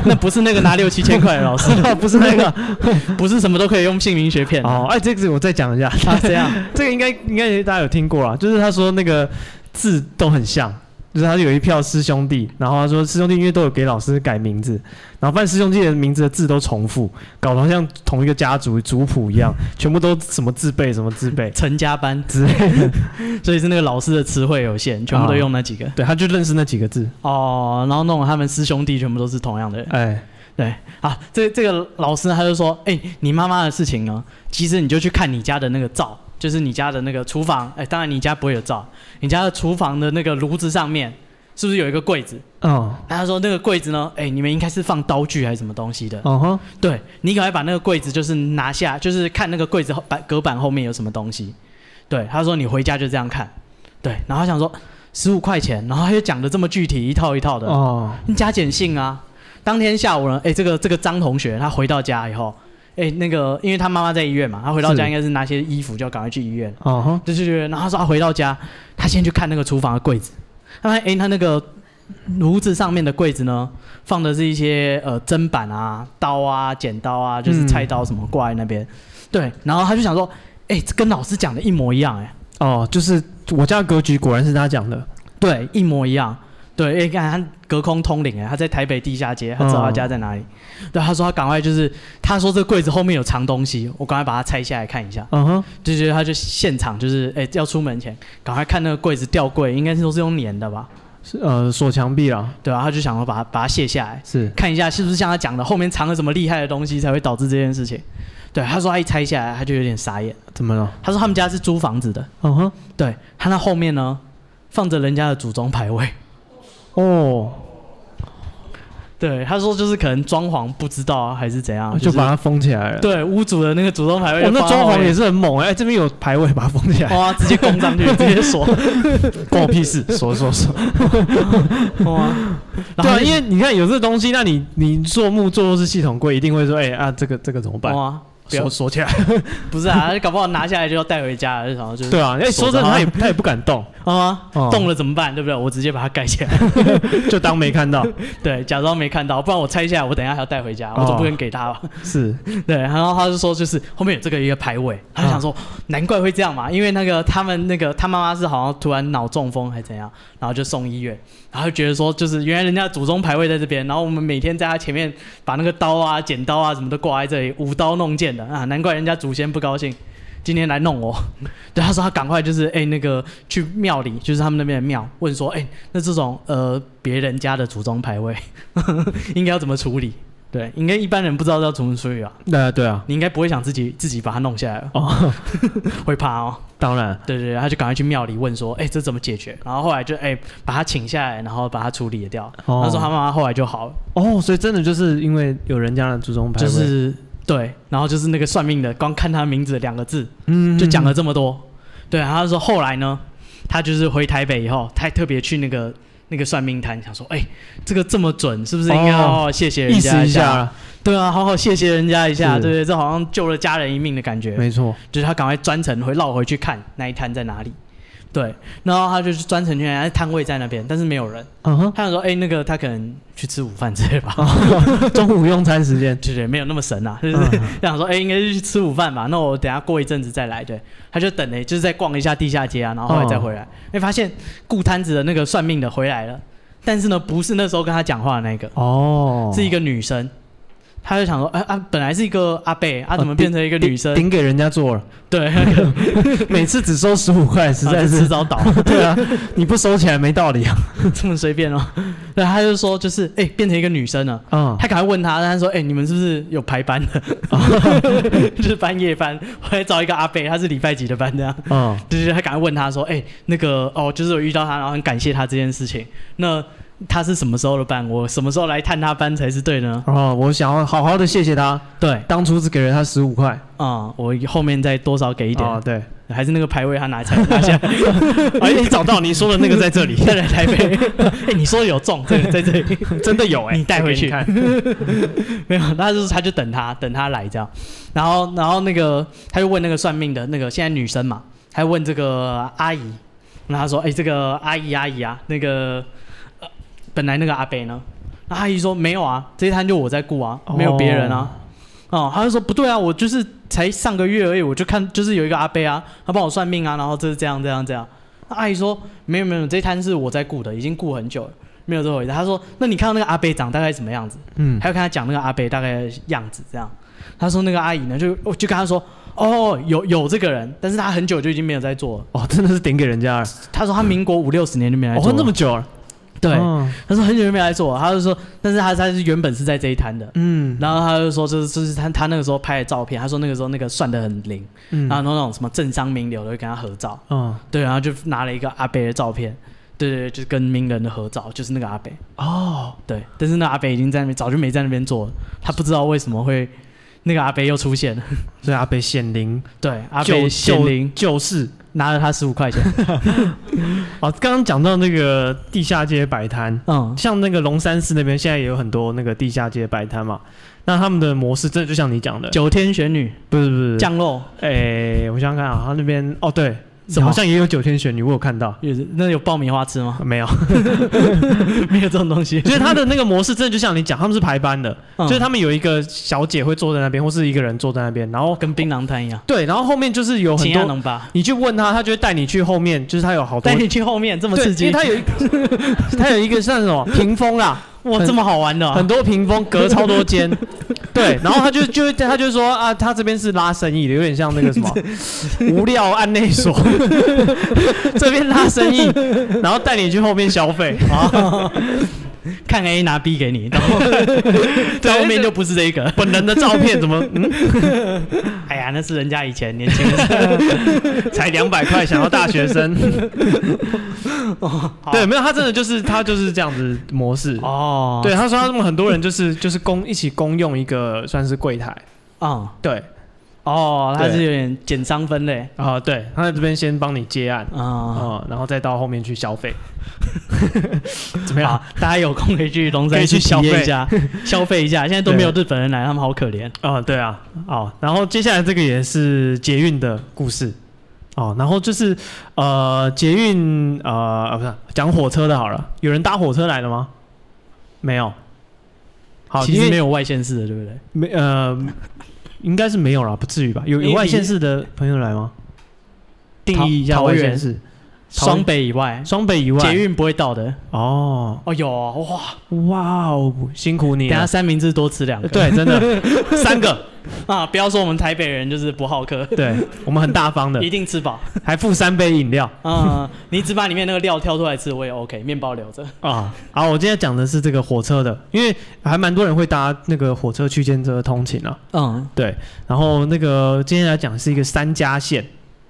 Speaker 2: 那不是那个拿六七千块的老师，
Speaker 1: 哦不是那 个
Speaker 2: 不是什么都可以用姓名学骗的。
Speaker 1: 哦。哎，这个我再讲一下，
Speaker 2: 啊，这样，
Speaker 1: 这个应该应该大家有听过啦，就是他说那个字都很像，就是他有一票师兄弟，然后他说师兄弟因为都有给老师改名字，然后发现师兄弟的名字的字都重复，搞得好像同一个家族族谱一样，全部都什么字辈什么字辈。
Speaker 2: 成家班
Speaker 1: 之类 的，
Speaker 2: 所以是那个老师的词汇有限，全部都用那几个。
Speaker 1: 对，他就认识那几个字，
Speaker 2: 哦，然后弄得他们师兄弟全部都是同样的人。
Speaker 1: 哎，
Speaker 2: 对，啊，这这个老师他就说，哎、你妈妈的事情呢，其实你就去看你家的那个灶，就是你家的那个厨房，哎、当然你家不会有灶，你家的厨房的那个炉子上面是不是有一个柜子？
Speaker 1: 嗯，
Speaker 2: 他说那个柜子呢，哎、你们应该是放刀具还是什么东西的？
Speaker 1: 哦哈，
Speaker 2: 对你赶快把那个柜子就是拿下，就是看那个柜子后板隔板后面有什么东西。对，他说你回家就这样看。对，然后他想说十五块钱，然后他又讲的这么具体，一套一套的。
Speaker 1: 哦，
Speaker 2: 你加减信啊。当天下午呢，哎、这个这个张同学他回到家以后，哎、那个因为他妈妈在医院嘛，他回到家
Speaker 1: 是
Speaker 2: 应该是拿些衣服就要赶快去医院，
Speaker 1: 哦哈，
Speaker 2: 就去，然后他说他啊回到家，他先去看那个厨房的柜子，他发现哎、他那个炉子上面的柜子呢，放的是一些呃砧板啊、刀啊、剪刀啊，就是
Speaker 1: 嗯
Speaker 2: 菜刀什么挂在那边，对，然后他就想说，哎、这跟老师讲的一模一样、哎。
Speaker 1: 哦，就是我家的格局果然是他讲的，
Speaker 2: 对，一模一样。对，哎、看他隔空通灵哎，他在台北地下街，他知道他家在哪里。对，他说他赶快就是，他说这柜子后面有藏东西，我赶快把它拆下来看一下。
Speaker 1: 嗯哼，
Speaker 2: 就觉得他就现场就是，哎、要出门前赶快看那个柜子吊柜，应该是都是用粘的吧？
Speaker 1: 是呃锁墙壁啦，
Speaker 2: 对啊，他就想要把它把它卸下来，
Speaker 1: 是，
Speaker 2: 看一下是不是像他讲的后面藏了什么厉害的东西才会导致这件事情。对，他说他一拆下来，他就有点傻眼。
Speaker 1: 怎么了？
Speaker 2: 他说他们家是租房子的，
Speaker 1: 嗯哼，
Speaker 2: 对他那后面呢放着人家的祖宗牌位。
Speaker 1: 哦，
Speaker 2: 对，他说就是可能装潢不知道啊，还是怎样，
Speaker 1: 就把
Speaker 2: 是
Speaker 1: 它封起来了。
Speaker 2: 对屋主的那个主动牌位
Speaker 1: 我
Speaker 2: 就
Speaker 1: 那
Speaker 2: 放到
Speaker 1: 装
Speaker 2: 后面，
Speaker 1: 潢也是很猛哎、这边有排位把它封起来，
Speaker 2: 哇，直接供上去，直接锁，
Speaker 1: 关
Speaker 2: 哦
Speaker 1: 我屁事，说说说。
Speaker 2: 哇，
Speaker 1: 对啊啊，因
Speaker 2: 为
Speaker 1: 为你看有这东西，那你你做木做落式系统柜一定会说，哎、啊，这个这个怎么办？
Speaker 2: 哇，不要
Speaker 1: 锁锁起来。
Speaker 2: 不是啊，搞不好拿下来就要带回家了，然后就是
Speaker 1: 对啊，哎、说
Speaker 2: 锁
Speaker 1: 真
Speaker 2: 着
Speaker 1: 的，他
Speaker 2: 啊
Speaker 1: 也他也不敢 动，
Speaker 2: 啊
Speaker 1: 哦，
Speaker 2: 动了怎么办？对不对？我直接把它盖起来，
Speaker 1: 就当没看到。
Speaker 2: 对，假装没看到，不然我拆下来，我等一下还要带回家，我
Speaker 1: 哦
Speaker 2: 总不能给他吧？
Speaker 1: 是，
Speaker 2: 对，然后他就说，就是后面有这个一个牌位，他就想说，难怪会这样嘛，因为那个他们那个他妈妈是好像突然脑中风还怎样，然后就送医院，然后就觉得说，就是原来人家祖宗牌位在这边，然后我们每天在他前面把那个刀啊、剪刀啊什么都挂在这里，舞刀弄剑的啊，难怪人家祖先不高兴。今天来弄我， 对他说他赶快就是哎、那个去庙里，就是他们那边的庙问说哎、那这种呃别人家的祖宗牌位 应该要怎么处理？对，应该一般人不知道要怎么处理啊。
Speaker 1: 那、对啊，
Speaker 2: 你应该不会想自己自己把它弄下来吧，
Speaker 1: 哦，
Speaker 2: 会怕哦。
Speaker 1: 当然，
Speaker 2: 对对对，他就赶快去庙里问说，哎、这怎么解决？然后后来就哎、把他请下来，然后把他处理掉。
Speaker 1: 哦
Speaker 2: 他说他妈妈后来就好了，
Speaker 1: 哦，所以真的就是因为有人家的祖宗排位，
Speaker 2: 就是对，然后就是那个算命的，光看他名字两个字
Speaker 1: 嗯
Speaker 2: 就讲了
Speaker 1: 了
Speaker 2: 这么多。对，然后他说后来呢，他就是回台北以后，他还特别去那个那个算命摊，想说，哎、这个这么准，是不是应该
Speaker 1: 哦
Speaker 2: 好好谢谢
Speaker 1: 意
Speaker 2: 人
Speaker 1: 思
Speaker 2: 家
Speaker 1: 一下
Speaker 2: 下？
Speaker 1: 啦，
Speaker 2: 对啊，好好谢谢人家一下，
Speaker 1: 是
Speaker 2: 对对，这好像救了家人一命的感觉。
Speaker 1: 没错，
Speaker 2: 就是他赶快专程回绕回去看那一摊在哪里。对，然后他就是专程去看，摊位在那边，但是没有人。
Speaker 1: 嗯 哼。
Speaker 2: 他想说，哎、那个他可能去吃午饭之类吧，
Speaker 1: 哦中午用餐时间，
Speaker 2: 对对，没有那么神啊， 就是、
Speaker 1: 嗯
Speaker 2: 想说，哎、应该是去吃午饭吧。那我等下过一阵子再来，对。他就等了，就是再逛一下地下街啊，然后后来再回来，
Speaker 1: 嗯
Speaker 2: 哎、发现顾摊子的那个算命的回来了，但是呢，不是那时候跟他讲话的那个，
Speaker 1: 哦，
Speaker 2: 是一个女生。他就想说，哎、啊，本来是一个阿贝，啊，
Speaker 1: 哦
Speaker 2: 怎么变成一个女生？
Speaker 1: 顶给人家做了，
Speaker 2: 对，那个
Speaker 1: 每次只收十五块，实在
Speaker 2: 啊就迟
Speaker 1: 是，
Speaker 2: 早倒。
Speaker 1: 对啊，你不收起来没道理啊。
Speaker 2: 这么随便哦。对，他就说就是哎、变成一个女生了。
Speaker 1: 嗯，
Speaker 2: 他赶快问他，他说：“哎、你们是不是有排班的？ 就是班夜班，我来找一个阿贝，他是礼拜几的班这样。
Speaker 1: 嗯，
Speaker 2: 对对，对他赶快问他说：‘哎、那个哦，就是我遇到他，然后很感谢他这件事情。那他是什么时候的班，我什么时候来探他班才是对的呢？
Speaker 1: 哦，我想要好好的谢谢他，
Speaker 2: 对，啊、
Speaker 1: 当初只给了他十五块，
Speaker 2: 我后面再多少给一点，
Speaker 1: 哦，对，
Speaker 2: 还是那个排位他拿才 拿下，
Speaker 1: 哎，你找到你说的那个在 这里，
Speaker 2: 再来台北。哎、你说有中，对，在这里
Speaker 1: 真的有哎，
Speaker 2: 你带回去
Speaker 1: 我给你看
Speaker 2: 没有，他就是他就等他等他来这样，然后然后那个他就问那个算命的那个现在女生嘛，他就问这个阿姨，然后他说，哎、这个阿姨阿姨啊，那个、呃本来那个阿伯呢，那阿姨说没有啊，这一摊就我在顾啊，没有别人啊。哦，他就说不对啊，我就是才上个月而已，我就看就是有一个阿伯啊，他帮我算命啊，然后这是这样这样这样。那阿姨说没有没有，这一摊是我在顾的，已经顾很久了，没有这回事。他说那你看到那个阿伯长大概什么样子？
Speaker 1: 嗯，
Speaker 2: 还要跟他讲那个阿伯大概的样子这样。他说那个阿姨呢，就我就跟他说哦有有这个人，但是他很久就已经没有在做了。
Speaker 1: 哦，真的是顶给人家了，
Speaker 2: 他说他民国五六十年就没来
Speaker 1: 我
Speaker 2: 做
Speaker 1: 混
Speaker 2: 了，
Speaker 1: 这嗯哦么久啊了，
Speaker 2: 对，
Speaker 1: 哦
Speaker 2: 他说很久就没来做了，他就说但是他他是原本是在这一摊的。
Speaker 1: 嗯
Speaker 2: 然后他就说，就是就是他他那个时候拍的照片，他说那个时候那个算的很灵，
Speaker 1: 嗯
Speaker 2: 然后那种什么政商名流都会跟他合照，
Speaker 1: 嗯
Speaker 2: 对，然后就拿了一个阿伯的照片，对对对，就是跟名人的合照，就是那个阿伯，
Speaker 1: 哦，
Speaker 2: 对，但是那阿伯已经在那边早就没在那边做了，他不知道为什么会那个阿伯又出现了，
Speaker 1: 所以阿北显灵，
Speaker 2: 对，阿伯
Speaker 1: 救
Speaker 2: 显
Speaker 1: 救
Speaker 2: 灵
Speaker 1: 救世
Speaker 2: 拿了他十五 块钱，
Speaker 1: 哦，刚刚讲到那个地下街摆摊，
Speaker 2: 嗯，
Speaker 1: 像那个龙山寺那边现在也有很多那个地下街摆摊嘛，那他们的模式真的就像你讲的，
Speaker 2: 九天玄女
Speaker 1: 不是不是，
Speaker 2: 降落，
Speaker 1: 哎，我想想看啊，他那边哦对，
Speaker 2: 什么
Speaker 1: 好像也有九天玄女，我有看到。
Speaker 2: 有那有爆米花吃吗？
Speaker 1: 没有，
Speaker 2: 没有这种东西，
Speaker 1: 就是他的那个模式，真的就像你讲，他们是排班的，
Speaker 2: 嗯
Speaker 1: 就是他们有一个小姐会坐在那边，或是一个人坐在那边，然后
Speaker 2: 跟槟榔摊一样，
Speaker 1: 对，然后后面就是有很
Speaker 2: 请安
Speaker 1: 多，
Speaker 2: 能吧，
Speaker 1: 你去问他，他就会带你去后面，就是他有好多
Speaker 2: 带你去后面这么
Speaker 1: 对
Speaker 2: 刺
Speaker 1: 因为
Speaker 2: 激，
Speaker 1: 他有一他有一个 像什么屏风啊啦，
Speaker 2: 哇，
Speaker 1: 很
Speaker 2: 这么好玩的啊、
Speaker 1: 很多屏风隔超多 间，对，然后他就就会他就说啊，他这边是拉生意的，有点像那个什 么无料案内所， 这边拉生意，然后带你去后面消费，啊
Speaker 2: 哦， 看 A 拿 B 给你，然后 在后面就不是这个。
Speaker 1: 本人的照片怎么 嗯
Speaker 2: 哎呀，那是人家以前年轻的 时
Speaker 1: 才两百块，想要大学生，
Speaker 2: 候。
Speaker 1: 对，没有他真的就是他就是这样子模式。
Speaker 2: 哦，
Speaker 1: 对，，他说他们很多人就是就是公一起公用一个算是柜台，
Speaker 2: 嗯，
Speaker 1: 对
Speaker 2: 哦，它是
Speaker 1: 对
Speaker 2: 有点减商分类。
Speaker 1: 啊、对，他在这边先帮你接案，
Speaker 2: 啊，
Speaker 1: 啊、然后再到后面去消 费，怎么样
Speaker 2: 好？，大家有空可以去龙
Speaker 1: 啊可
Speaker 2: 山
Speaker 1: 以去
Speaker 2: 体验一下
Speaker 1: 消，
Speaker 2: 消费一下。现在都没有日本人来，他们好可怜。
Speaker 1: 啊、对啊，哦，然后接下来这个也是捷运的故事，哦，然后就是呃，捷运呃，啊不是讲火车的好了，有人搭火车来了吗？没有，好，
Speaker 2: 其实没
Speaker 1: 有，
Speaker 2: 有外县市的，对不对？
Speaker 1: 没呃，应该是没有啦，不至于吧？有
Speaker 2: 因
Speaker 1: 有
Speaker 2: 为
Speaker 1: 外
Speaker 2: 你
Speaker 1: 县市的朋友来吗？定义一下
Speaker 2: 桃
Speaker 1: 外县
Speaker 2: 园
Speaker 1: 市，桃
Speaker 2: 双北以外，
Speaker 1: 双北以外，
Speaker 2: 捷运不会到的。
Speaker 1: 哦，
Speaker 2: 哦，有哦哇！
Speaker 1: 哇哦，辛苦你
Speaker 2: 等下
Speaker 1: 了，
Speaker 2: 三明治多吃两个。
Speaker 1: 对，真的三个。
Speaker 2: 啊，不要说我们台北人就是不好客，
Speaker 1: 对我们很大方的
Speaker 2: 一，定吃饱。
Speaker 1: 还附三杯饮料
Speaker 2: 啊、你只把里面那个料挑出来吃，我也 OK，面包留着。
Speaker 1: 啊。好，我今天讲的是这个火车的，因为还蛮多人会搭那个火车区间车通勤啊。
Speaker 2: 嗯，
Speaker 1: 对，然后那个今天来讲是一个三家线，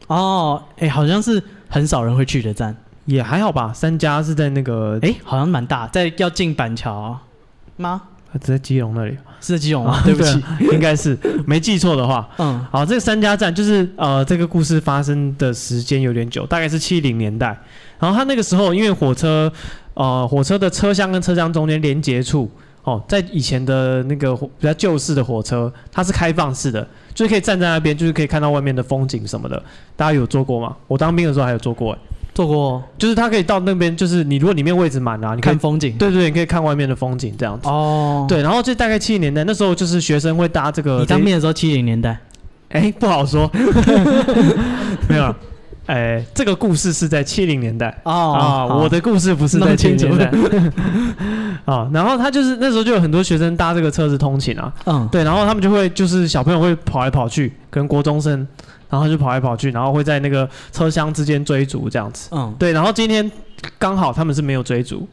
Speaker 2: 哦，哎、好像是很少人会去的站，
Speaker 1: 也还好吧。三家是在那个
Speaker 2: 哎、好像蛮大，在要进板桥吗？
Speaker 1: 在基隆那里，
Speaker 2: 是在基隆吗？
Speaker 1: 啊
Speaker 2: 哦对 不起，
Speaker 1: 啊应该是没记错的话。
Speaker 2: 嗯，
Speaker 1: 好，这个三家站就是呃，这个故事发生的时间有点久，大概是七零年代。然后他那个时候因为火车，呃，火车的车厢跟车厢中间连接处，哦，在以前的那个火比较旧式的火车，它是开放式的，就是可以站在那边，就是可以看到外面的风景什么的。大家有坐过吗？我当兵的时候还有坐过、欸，
Speaker 2: 坐过
Speaker 1: 就是它可以到那边，就是你如果里面位置满啊了、你
Speaker 2: 你
Speaker 1: 可以
Speaker 2: 看，风景。
Speaker 1: 对对，你可以看外面的风景这样子。
Speaker 2: 哦，，
Speaker 1: 对，然后就大概七零年代那时候，就是学生会搭这个。
Speaker 2: 你当面的时候七零年代，
Speaker 1: 哎、不好说， 没有啦。哎、这个故事是在七零年代
Speaker 2: 哦，
Speaker 1: 啊、
Speaker 2: 好
Speaker 1: 我的故事不是在
Speaker 2: 弄
Speaker 1: 七
Speaker 2: 清
Speaker 1: 零
Speaker 2: 楚
Speaker 1: 年代 啊。然后他就是那时候就有很多学生搭这个车子通勤啊，
Speaker 2: 嗯，
Speaker 1: 对，然后他们就会就是小朋友会跑来跑去，跟国中生，然后就跑来跑去，然后会在那个车厢之间追逐这样子。
Speaker 2: 嗯，
Speaker 1: 对，然后今天刚好他们是没有追逐，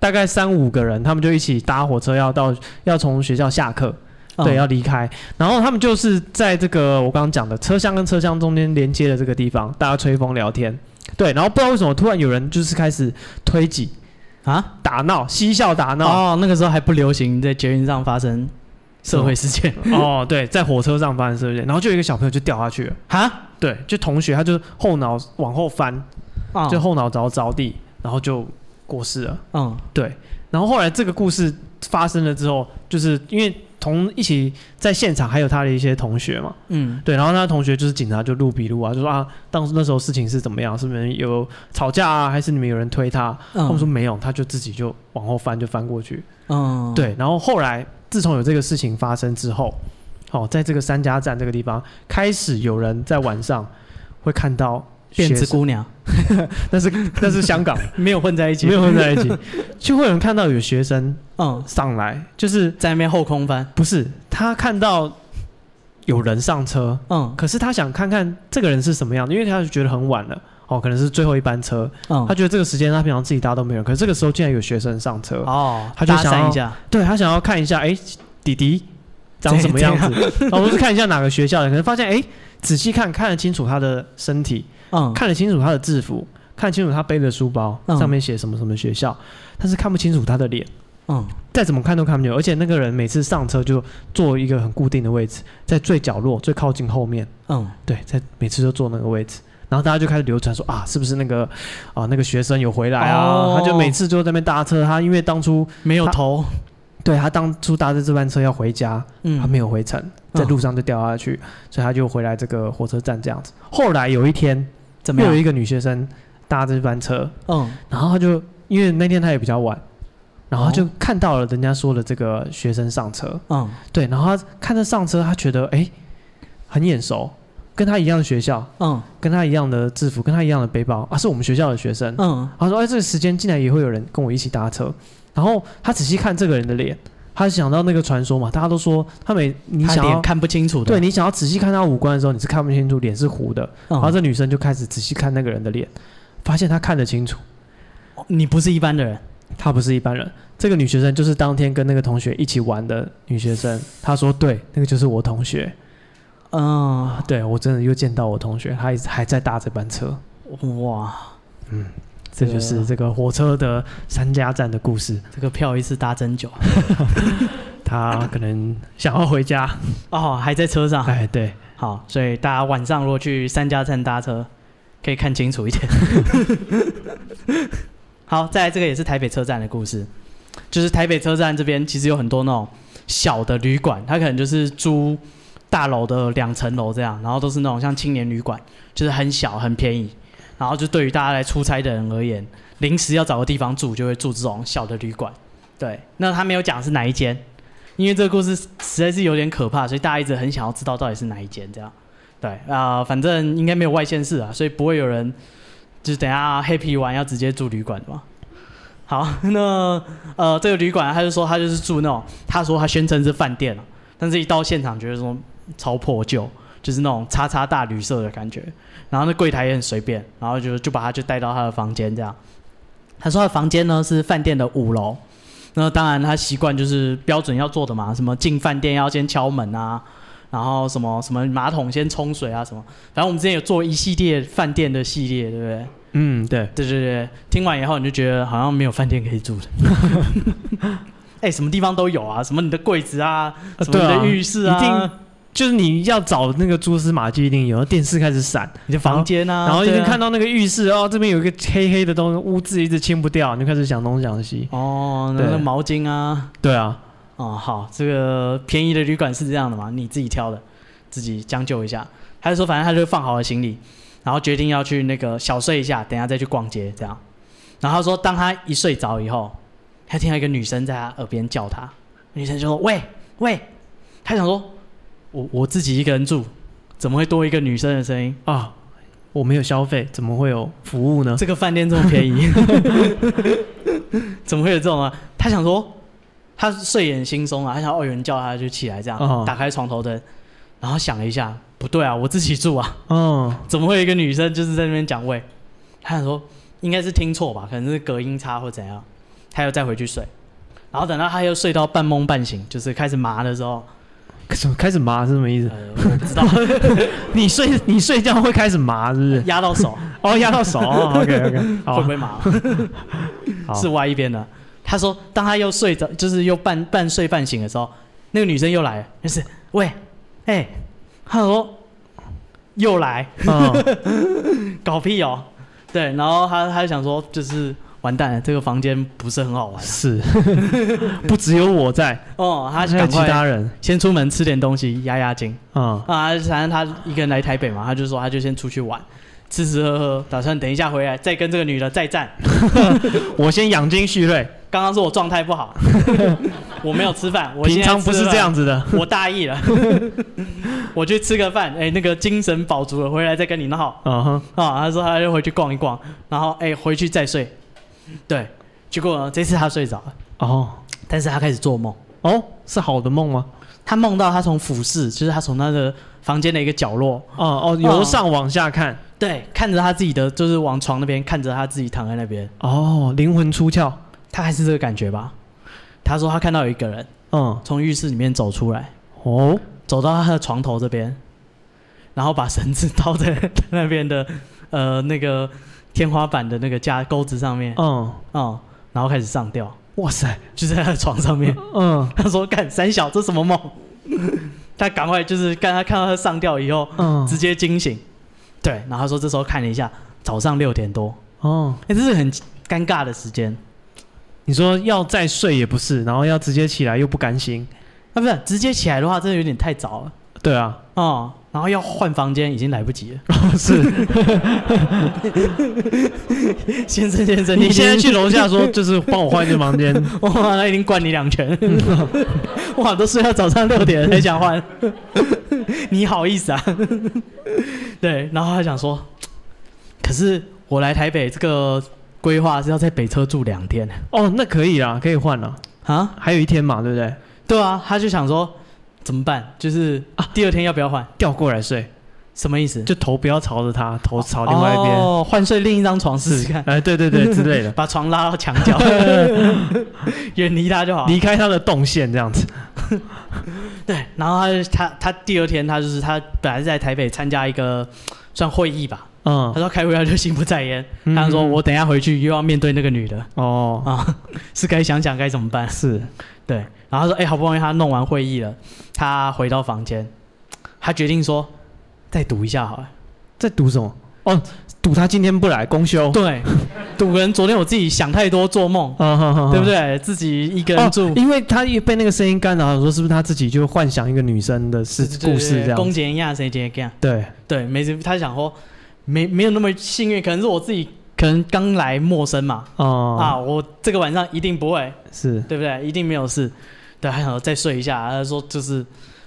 Speaker 1: 大概三五个人，他们就一起搭火车要到要从学校下课，
Speaker 2: 嗯
Speaker 1: 对，要离开。然后他们就是在这个我刚刚讲的车厢跟车厢中间连接的这个地方，大家吹风聊天。对，然后不知道为什么突然有人就是开始推挤，
Speaker 2: 啊？
Speaker 1: 打闹，嬉笑打闹。
Speaker 2: 哦，那个时候还不流行在捷运上发生社会事件
Speaker 1: 哦，对，在火车上发生事件，然后就有一个小朋友就掉下去了。
Speaker 2: 哈，
Speaker 1: 对，就同学他就后脑往后翻，
Speaker 2: 哦
Speaker 1: 就后脑勺着地，然后就过世了。
Speaker 2: 嗯
Speaker 1: 对，然后后来这个故事发生了之后，就是因为同一起在现场还有他的一些同学嘛，
Speaker 2: 嗯
Speaker 1: 对，然后他的同学就是警察就录笔录啊，就说啊，当时那时候事情是怎么样，是不是有吵架啊，还是你们有人推他？他们说
Speaker 2: 嗯
Speaker 1: 没有，他就自己就往后翻就翻过去。
Speaker 2: 嗯，
Speaker 1: 对，然后后来自从有这个事情发生之后，哦，在这个三家站这个地方开始有人在晚上会看到
Speaker 2: 辫
Speaker 1: 学
Speaker 2: 子
Speaker 1: 生，
Speaker 2: 姑娘
Speaker 1: 那是那是香港
Speaker 2: 没有混在一起，
Speaker 1: 没有混在一起， 就会有人看到有学生
Speaker 2: 嗯，
Speaker 1: 上来，就是
Speaker 2: 在那边后空翻，
Speaker 1: 不是他看到有人上车，
Speaker 2: 嗯
Speaker 1: 可是他想看看这个人是什么样的，因为他就觉得很晚了。哦，可能是最后一班车，他
Speaker 2: 嗯，
Speaker 1: 觉得这个时间他平常自己搭都没有人，可是这个时候竟然有学生上车，
Speaker 2: 哦，
Speaker 1: 他就
Speaker 2: 搭
Speaker 1: 想
Speaker 2: 讪
Speaker 1: 要
Speaker 2: 一下，
Speaker 1: 对他想要看一下，哎、弟弟长什么样 子，然后我是看一下哪个学校的，可能发现哎、仔细看看得清楚他的身体，
Speaker 2: 嗯
Speaker 1: 看得清楚他的制服，看得清楚他背的书包
Speaker 2: 嗯
Speaker 1: 上面写什么什么学校，但是看不清楚他的脸，
Speaker 2: 嗯
Speaker 1: 再怎么看都看不清楚，而且那个人每次上车就坐一个很固定的位置，在最角落最靠近后面，
Speaker 2: 嗯
Speaker 1: 对，在每次都坐那个位置。然后大家就开始流传说啊，是不是那个啊那个学生有回来啊？
Speaker 2: 哦
Speaker 1: 他就每次就在那边搭车，他因为当初
Speaker 2: 没有
Speaker 1: 他
Speaker 2: 头，
Speaker 1: 对他当初搭着这班车要回家，
Speaker 2: 嗯
Speaker 1: 他没有回程，在路上就掉下去，所以他就回来这个火车站这样子。后来有一天，
Speaker 2: 怎么
Speaker 1: 又有
Speaker 2: 样？
Speaker 1: 一个女学生搭这班车，
Speaker 2: 嗯
Speaker 1: 然后她就因为那天她也比较晚，然后她
Speaker 2: 哦
Speaker 1: 就看到了人家说的这个学生上车，
Speaker 2: 嗯
Speaker 1: 对，然后她看她上车，她觉得哎、诶很眼熟，跟她一样的学校，
Speaker 2: 嗯
Speaker 1: 跟她一样的制服，跟她一样的背包啊，是我们学校的学生。
Speaker 2: 嗯
Speaker 1: 然后说：“哎，这个时间竟然也会有人跟我一起搭车。”然后他仔细看这个人的脸，他想到那个传说嘛，大家都说他每你
Speaker 2: 他
Speaker 1: 想
Speaker 2: 脸
Speaker 1: 要
Speaker 2: 看不清楚的，
Speaker 1: 对，你想要仔细看他五官的时候，你是看不清楚，脸是糊的。然后
Speaker 2: 嗯，
Speaker 1: 这女生就开始仔细看那个人的脸，发现她看得清楚，
Speaker 2: 你不是一般的人，
Speaker 1: 她不是一般人。这个女学生就是当天跟那个同学一起玩的女学生。她说：“对，那个就是我同学。
Speaker 2: 嗯，
Speaker 1: 对我真的又见到我同学，她一直还在搭这班车。
Speaker 2: 哇，
Speaker 1: 这
Speaker 2: 啊
Speaker 1: 就是这个火车的三家站的故事。
Speaker 2: 这个票一次搭真久，
Speaker 1: 她可能想要回 家，
Speaker 2: 哦，还在车上，
Speaker 1: 哎，对。”
Speaker 2: 好，所以大家晚上如果去三家站搭车，可以看清楚一点。 好，再来这个也是台北车站的故事，就是台北车站这边其实有很多那种小的旅馆，它可能就是租大楼的两层楼这样，然后都是那种像青年旅馆，就是很小很便宜，然后就对于大家来出差的人而言，临时要找个地方住就会住这种小的旅馆。对，那他没有讲是哪一间，因为这个故事实在是有点可怕，所以大家一直很想要知道到底是哪一间这样。对啊、呃反正应该没有外县市啊，所以不会有人就是等一下 happy 完要直接住旅馆的嘛。好，那呃这个旅馆他就说他就是住那种，他说他宣称是饭店啊，但是一到现场觉得说超破旧，就是那种叉叉大旅社的感觉。然后那柜台也很随便，然后就就把他就带到他的房间这样。他说他的房间呢是饭店的五楼，那当然，他习惯就是标准要做的嘛，什么进饭店要先敲门啊，然后什么什么马桶先冲水啊，什么。反正我们之前有做一系列饭店的系列，对不对？
Speaker 1: 嗯，对，
Speaker 2: 对对对，听完以后你就觉得好像没有饭店可以住的。 哎、什么地方都有啊，什么你的柜子啊，
Speaker 1: 呃
Speaker 2: 什么你
Speaker 1: 对啊
Speaker 2: 的浴室啊，
Speaker 1: 一定就是你要找那个蛛丝马迹，一定有电视开始闪，
Speaker 2: 你的房间啊，
Speaker 1: 然后一
Speaker 2: 对啊
Speaker 1: 定看到那个浴室哦，这边有一个黑黑的东西，污渍一直清不掉，你就开始想东想西。
Speaker 2: 哦，那个
Speaker 1: 对
Speaker 2: 毛巾啊，
Speaker 1: 对啊，
Speaker 2: 哦，好，这个便宜的旅馆是这样的嘛，你自己挑的，自己将就一下。他就说，反正他就放好了行李，然后决定要去那个小睡一下，等一下再去逛街这样。然后他说，当他一睡着以后，他听到一个女生在他耳边叫他，女生就说：“喂喂。”他想说：“我我自己一个人住，怎么会多一个女生的声音？
Speaker 1: 啊，我没有消费，怎么会有服务呢？
Speaker 2: 这个饭店这么便宜， 怎么会有这种啊？他想说，他睡眼惺忪啊，他想哦有人叫他就起来这样，
Speaker 1: 哦
Speaker 2: 打开床头灯，然后想了一下，不对啊，我自己住啊，
Speaker 1: 嗯，
Speaker 2: 怎么会有一个女生就是在那边讲喂？他想说应该是听错吧，可能是隔音差或怎样，他又再回去睡，然后等到他又睡到半梦半醒，就是开始麻的时候，
Speaker 1: 开始开始麻是什么意思
Speaker 2: 呃？，我不知道
Speaker 1: 你睡你睡觉会开始麻是不是？
Speaker 2: 压到手
Speaker 1: 哦，压到手。OK 哦 OK，好
Speaker 2: 会不
Speaker 1: 啊，
Speaker 2: 会麻？
Speaker 1: 好
Speaker 2: 是歪一边的。他说，当他又睡着，就是又半半睡半醒的时候，那个女生又来了，就是喂，哎、他说又来，
Speaker 1: 嗯，
Speaker 2: 搞屁哦，对，然后他他就想说，就是完蛋了，这个房间不是很好玩
Speaker 1: 是， 不只有我在，
Speaker 2: 哦，他
Speaker 1: 还有
Speaker 2: 赶
Speaker 1: 其
Speaker 2: 快
Speaker 1: 他人，
Speaker 2: 先出门吃点东西压压惊
Speaker 1: 嗯，
Speaker 2: 啊，反正他一个人来台北嘛，他就说他就先出去玩。吃吃喝喝，打算等一下回来再跟这个女的再战。
Speaker 1: 我先养精蓄锐，
Speaker 2: 刚刚说我状态不 好，我没有吃饭，我
Speaker 1: 平
Speaker 2: 现在
Speaker 1: 常不
Speaker 2: 吃
Speaker 1: 是
Speaker 2: 了
Speaker 1: 这，样子的，
Speaker 2: 我大意 了。我去吃个饭，哎、那个精神饱足了，回来再跟你闹。
Speaker 1: 嗯哼，
Speaker 2: 啊，他说他就回去逛一逛，然后哎、回去再睡。对，结果呢这次他睡着了，
Speaker 1: 哦，
Speaker 2: 但是他开始做梦，
Speaker 1: 哦，是好的梦吗？
Speaker 2: 他梦到他从俯视，就是他从他的房间的一个角落，
Speaker 1: 哦哦，由上往下看，
Speaker 2: 对，看着他自己的，就是往床那边看着他自己躺在那边，
Speaker 1: 哦，灵魂出窍，
Speaker 2: 他还是这个感觉吧。他说他看到有一个人
Speaker 1: 嗯，
Speaker 2: 从浴室里面走出来，
Speaker 1: 哦，
Speaker 2: 走到他的床头这边，然后把绳子 套在他那边的呃那个天花板的那个架钩子上面，
Speaker 1: 嗯，
Speaker 2: 哦、然后开始上吊，
Speaker 1: 哇塞，
Speaker 2: 就在他的床上面。
Speaker 1: 嗯
Speaker 2: 他说：“干三小，这什么梦？” 他赶快就是干，他看到他上吊以后，
Speaker 1: 嗯，
Speaker 2: 直接惊醒。对，然后他说这时候看了一下，早上六点多，
Speaker 1: 哦，
Speaker 2: 哎、这是很尴尬的时间
Speaker 1: 你说要再睡也不是，然后要直接起来又不甘心，
Speaker 2: 啊，不是直接起来的话，真的有点太早了
Speaker 1: 对啊，
Speaker 2: 哦。然后要换房间已经来不及了，
Speaker 1: 是，
Speaker 2: 先生先生，
Speaker 1: 你现在
Speaker 2: 已经
Speaker 1: 去楼下 说就是帮我换一间房间，
Speaker 2: 哇，他一定灌你两拳！ 哇，都睡到早上 六点了才想换，你好意思啊？ 对，然后他想说，可是我来台北这个规划是要在北车住两天
Speaker 1: 哦，那可以啦，可以换啦，
Speaker 2: 啊？
Speaker 1: 还有一天嘛，对不对？
Speaker 2: 对啊，他就想说怎么办？就是啊第二天要不要换？
Speaker 1: 调过来睡，
Speaker 2: 什么意思？
Speaker 1: 就头不要朝着他，头朝另外一边，
Speaker 2: 哦，换睡另一张床试试看，
Speaker 1: 哎，对对对，之类 的，
Speaker 2: 把床拉到墙 角，
Speaker 1: 哦
Speaker 2: 远离他就好。
Speaker 1: 离开他的动线这样子，
Speaker 2: 对，然后他就他他第二天他就是他本来是在台北参加一个算会议吧，
Speaker 1: 嗯
Speaker 2: 他，说开会他就心不在焉，
Speaker 1: 嗯
Speaker 2: 他说我等一下回去又要面对那个女的
Speaker 1: 哦，
Speaker 2: 啊，是该想想该怎么办。
Speaker 1: 是，
Speaker 2: 对，然后他说哎、好不容易他弄完会议了，他回到房间，他决定说再赌一下好了。
Speaker 1: 在赌什么？哦，赌他今天不来公休，
Speaker 2: 对，赌人昨天我自己想太多做梦，
Speaker 1: 啊
Speaker 2: 对不？对？自己一个
Speaker 1: 对哦
Speaker 2: 人住，，
Speaker 1: 因为他也被那个声音干扰，说是不是他自己就幻想一个女生的事
Speaker 2: 对对对
Speaker 1: 故事这
Speaker 2: 公
Speaker 1: 样？
Speaker 2: 检一下谁谁这样。
Speaker 1: 对，
Speaker 2: 对，没事，他想说没没有那么幸运，可能是我自己可能刚来陌生嘛，啊，
Speaker 1: 哦，
Speaker 2: 我这个晚上一定不会，
Speaker 1: 是，
Speaker 2: 对不对？一定没有事。对，他想说再睡一下，他说就是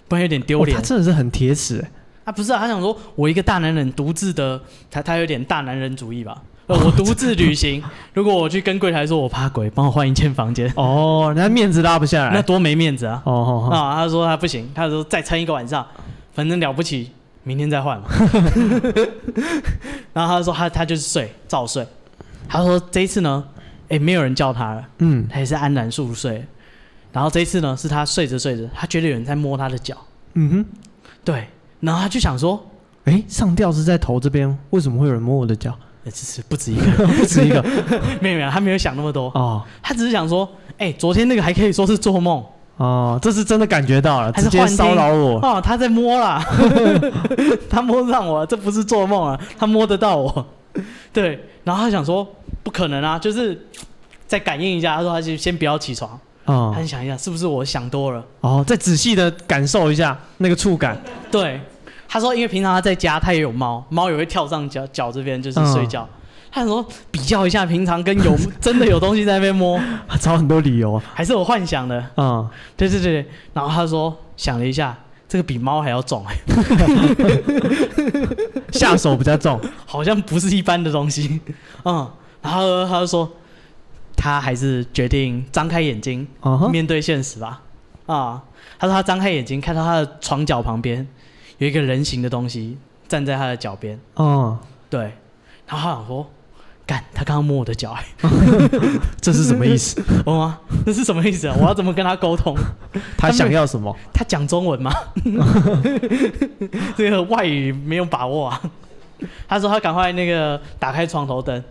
Speaker 2: 不然有点丢
Speaker 1: 哦
Speaker 2: 脸、
Speaker 1: 他真的是很铁齿欸，
Speaker 2: 啊，不是啊，他想说我一个大男人独自的，他他有点大男人主义吧。呃我独自旅行，如果我去跟柜台说我怕鬼，帮我换一间 房间，
Speaker 1: 哦，那面子拉不下来。
Speaker 2: 那多没面子啊！
Speaker 1: 哦哦哦，
Speaker 2: 啊，他说他不行，他说再撑一个晚上，反正了不起，明天再换嘛。然后他说他他就是睡，照睡。他说这一次呢，哎，没有人叫他了，
Speaker 1: 嗯，
Speaker 2: 他也是安然入睡。然后这一次呢，是他睡着睡着，他觉得有人在摸他的脚，
Speaker 1: 嗯哼，
Speaker 2: 对，然后他就想说，
Speaker 1: 哎，上吊是在头这边，为什么会有人摸我的脚？
Speaker 2: 呃其实不止一个，
Speaker 1: 不止一个
Speaker 2: 没有没有，他没有想那么多，
Speaker 1: 哦
Speaker 2: 他只是想说，哎，昨天那个还可以说是做梦，
Speaker 1: 哦，这是真的感觉到了，
Speaker 2: 还
Speaker 1: 直
Speaker 2: 是
Speaker 1: 接
Speaker 2: 幻听
Speaker 1: 骚扰我。
Speaker 2: 哦，他在摸啦， 他摸上我，这不是做梦啊，他摸得到我。对，然后他想说不可能啊，就是再感应一下，他说他就先不要起床，他
Speaker 1: 哦
Speaker 2: 先想一下是不是我想多了。
Speaker 1: 哦，再仔细的感受一下那个触 感。
Speaker 2: 对，他说因为平常他在家，他也有猫，猫也会跳上脚脚这边就是睡觉。他想说比较一下，平常跟有真的有东西在那边摸，
Speaker 1: 找很多理由啊。
Speaker 2: 还是我幻想的？
Speaker 1: 嗯，
Speaker 2: 对对对，对然后他说想了一下，这个比猫还要重、 哎
Speaker 1: 下手比较 重。
Speaker 2: 好像不是一般的东西。 嗯，然后他就说，他还是决定张开眼睛
Speaker 1: 哦哼，
Speaker 2: 面对现实吧。啊，他说他张开眼睛，看到他的床脚旁边有一个人形的东西站在他的脚边。
Speaker 1: 哦，
Speaker 2: 对，然后他想说，干，他刚刚摸我的脚、欸，
Speaker 1: 这是什么意 思？
Speaker 2: 我吗？那是什么意思啊？我要怎么跟他沟通？
Speaker 1: 他想要什么？
Speaker 2: 他讲中文吗？这个外语没有把握啊。他说他赶快那个打开床头灯，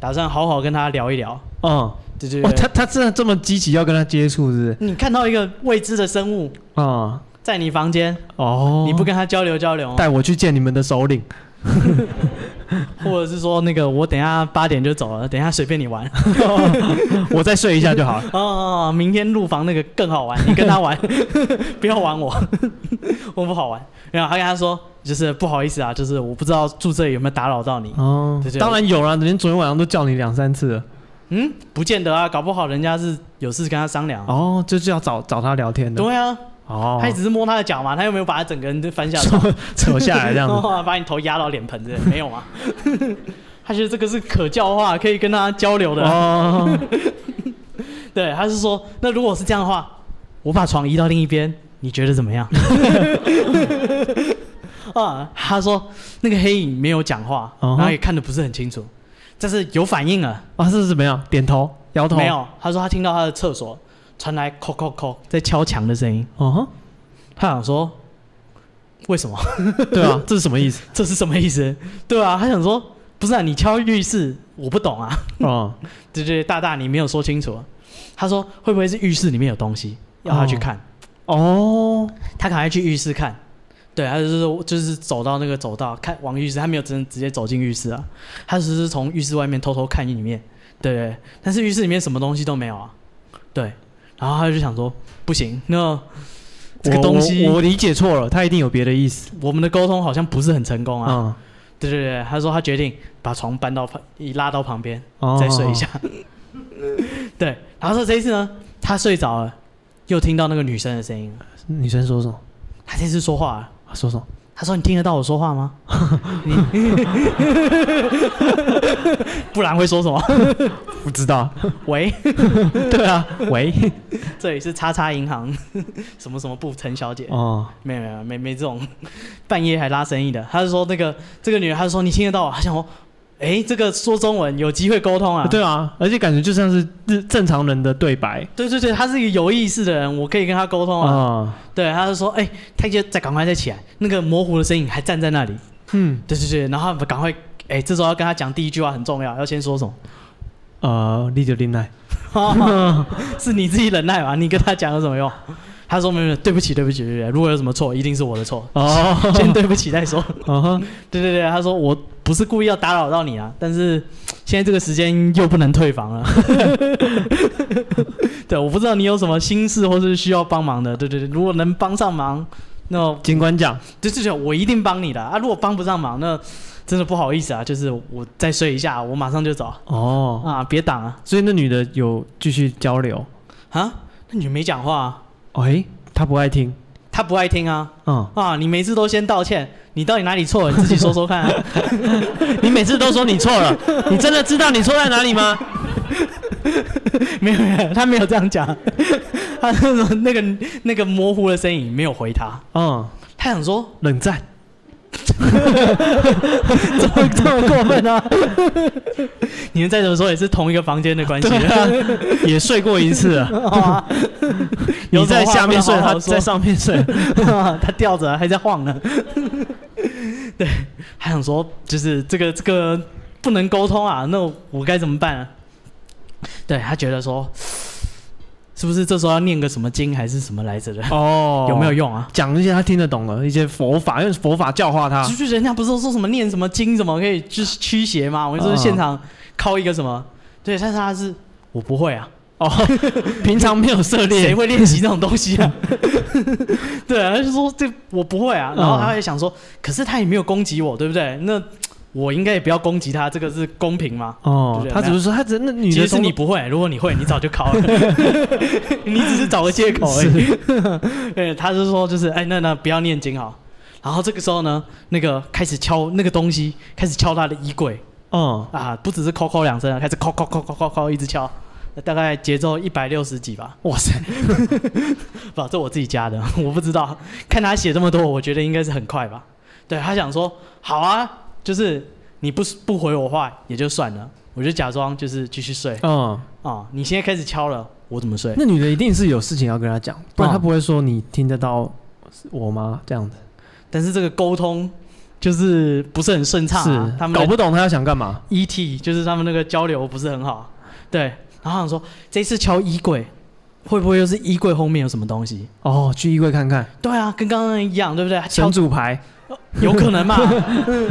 Speaker 2: 打算好好跟他聊一聊。
Speaker 1: 嗯，
Speaker 2: 对对
Speaker 1: 哇，
Speaker 2: 对，
Speaker 1: 他他真的这么积极要跟他接触，是不是？
Speaker 2: 你看到一个未知的生物
Speaker 1: 啊、
Speaker 2: 在你房间，
Speaker 1: 哦，
Speaker 2: 你不跟他交流交流，
Speaker 1: 带我去见你们的首 领，
Speaker 2: 或者是说那个我等一下八点就走了，等一下随便你玩。
Speaker 1: 我再睡一下就好了。
Speaker 2: 哦，明天入房那个更好玩，你跟他玩， 不要玩我， 我不好玩。然后他跟他说，就是不好意思啊，就是我不知道住这里有没有打扰到你。
Speaker 1: 哦
Speaker 2: 对对，
Speaker 1: 当然有啦，连昨天晚上都叫你两三次了。
Speaker 2: 嗯，不见得啊，搞不好人家是有事跟他商量。
Speaker 1: 哦，就是要找找他聊天的。
Speaker 2: 对啊，
Speaker 1: 哦，
Speaker 2: 他只是摸他的脚嘛，他又没有把他整个人都翻下来，
Speaker 1: 扯扯下来这 样子。
Speaker 2: 哦把你头压到脸盆子，没有嘛？ 他觉得这个是可教化，可以跟他交流的。
Speaker 1: 哦，
Speaker 2: 对，他是说，那如果是这样的话，我把床移到另一边，你觉得怎么样？ 啊，他说那个黑影没有讲话，
Speaker 1: 嗯哼
Speaker 2: 然后也看得不是很清楚，但是有反应了。
Speaker 1: 啊，是怎么样？点头，摇哦头。
Speaker 2: 没。有，他说他听到他的厕所传来“叩叩叩”在敲墙的声音，
Speaker 1: 哦，
Speaker 2: 他想说，为什么？
Speaker 1: 对啊，这是什么意思？
Speaker 2: 这是什么意思？对啊，他想说，不是啊，你敲浴室，我不懂啊。
Speaker 1: 哦，
Speaker 2: 对对，对大大你没有说清楚、啊。他说会不会是浴室里面有东西，要他去
Speaker 1: 哦
Speaker 2: 看？
Speaker 1: 哦，
Speaker 2: 他赶快去浴室看，对，他就是就是走到那个走道看往浴室，他没有真直接走进浴室啊，他只是从浴室外面偷偷看里面，对对，但是浴室里面什么东西都没有啊，对，然后他就想说不行，那这个
Speaker 1: 我
Speaker 2: 东西
Speaker 1: 我
Speaker 2: 我
Speaker 1: 我理解错了，他一定有别的意思。
Speaker 2: 们的沟通好像不是很成功啊，
Speaker 1: 嗯，
Speaker 2: 对对对，他说他决定把床搬到旁一拉到旁边
Speaker 1: 哦
Speaker 2: 再睡一下， 对，然后说这一次呢，他睡着了，又听到那个女生的声音了，
Speaker 1: 女生说什么？啊
Speaker 2: 他这次说话了。
Speaker 1: 说什么？
Speaker 2: 他说：“你听得到我说话吗？你不然会说什么？
Speaker 1: 不知 道。
Speaker 2: 喂，
Speaker 1: 对啊，喂。
Speaker 2: 这里是叉叉银行什么什么部陈小姐，
Speaker 1: 哦，
Speaker 2: 没有没有没没这种半夜还拉生意的。他就说那个这个女人，他就说你听得到我？他想说，哎，这个说中文有机会沟通啊。
Speaker 1: 对啊，而且感觉就像是日正常人的对白。
Speaker 2: 对对对，他是一个有意识的人，我可以跟他沟通啊。
Speaker 1: 啊，
Speaker 2: 对，他就说，哎，他就再赶快再起来，那个模糊的身影还站在那里。
Speaker 1: 嗯，
Speaker 2: 对对对，然后赶快，哎，这时候要跟他讲第一句话很重要，要先说什么？
Speaker 1: 呃，你就另来。
Speaker 2: 是你自己忍耐嘛？你跟他讲有什么用？他说没有没有，对不起对不起对不起，如果有什么错，一定是我的错，
Speaker 1: 哦，
Speaker 2: 先对不起再说。
Speaker 1: 嗯哼，
Speaker 2: 对对对，他说我不是故意要打扰到你啊，但是现在这个时间又不能退房了。 对，我不知道你有什么心事或是需要帮忙的。对对对，如果能帮上忙，那
Speaker 1: 警官讲，
Speaker 2: 对对对，我一定帮你的啊。如果帮不上忙，那真的不好意思啊，就是我再睡一下，我马上就走
Speaker 1: 哦，
Speaker 2: 啊，别挡啊
Speaker 1: 所以那女的有继续交流，
Speaker 2: 啊！那你没讲话、啊，
Speaker 1: 哎、她不爱听，
Speaker 2: 他不爱听啊。
Speaker 1: 嗯，
Speaker 2: 啊，你每次都先道歉，你到底哪里错了？你自己说说看、 啊。
Speaker 1: 你每次都说你错了，你真的知道你错在哪里吗？
Speaker 2: 没有没有，他没有这样讲，他那种那个那个模糊的身影没有回他，
Speaker 1: 嗯，
Speaker 2: 他想说
Speaker 1: 冷战，
Speaker 2: 怎么这么过分啊？你们再怎么说也是同一个房间的关系，
Speaker 1: 也睡过一次 了，
Speaker 2: 啊、
Speaker 1: 你在下面睡，她
Speaker 2: 他
Speaker 1: 在上面 睡，
Speaker 2: 他吊着还在晃呢。 对，还想说就是这个这个不能沟通啊，那我该怎么办、啊？对他觉得说，是不是这时候要念个什么经还是什么来着的？
Speaker 1: 哦
Speaker 2: 有没有？用啊？
Speaker 1: 讲一些她听得懂的一些佛法，用佛法教化她。
Speaker 2: 就是人家不是说什么念什么经什么可以就是驱邪吗？我就
Speaker 1: 嗯
Speaker 2: 是现场敲一个什么，对，但是他是我不会啊，
Speaker 1: 哦，平常没有 涉猎，
Speaker 2: 谁会练习这种东 西啊？对啊，他就说这我不会啊，然后他也想说，可是他也没有攻击我，对不对？那我应该也不要攻击他，这个是公平吗？
Speaker 1: 哦
Speaker 2: 对，
Speaker 1: 他只是说他只那女
Speaker 2: 其
Speaker 1: 的
Speaker 2: 实是你不会，如果你会，你早就考 了，你只是找个借口而已。 对，他是说就是哎，那那不要念经好。然后这个时候呢，那个开始敲那个东西，开始敲他的衣柜
Speaker 1: 哦，
Speaker 2: 啊，不只是敲敲两声啊，开始敲敲敲敲敲敲一直敲，大概节奏一百六十几吧。
Speaker 1: 哇塞，
Speaker 2: 不，这我自己加的，我不知道。看他写这么多，我觉得应该是很快吧。对他想说，好啊，就是你不不回我话也就算了，我就假装就是继续睡。
Speaker 1: 嗯，
Speaker 2: 哦，你现在开始敲了，我怎么睡？
Speaker 1: 那女的一定是有事情要跟他讲，不然
Speaker 2: 哦
Speaker 1: 她不会说你听得到我吗？这样子。
Speaker 2: 但是这个沟通就是不是很顺畅啊、
Speaker 1: 是
Speaker 2: 他们
Speaker 1: 搞
Speaker 2: 的
Speaker 1: 不懂他要想干嘛。
Speaker 2: ET E 就是他们那个交流不是很好，对。然后想说这次敲衣柜，会不会又是衣柜后面有什么东西？
Speaker 1: 哦，去衣柜看看，
Speaker 2: 对啊，跟刚刚一样，对不对？敲
Speaker 1: 神主牌。
Speaker 2: 有可能嘛？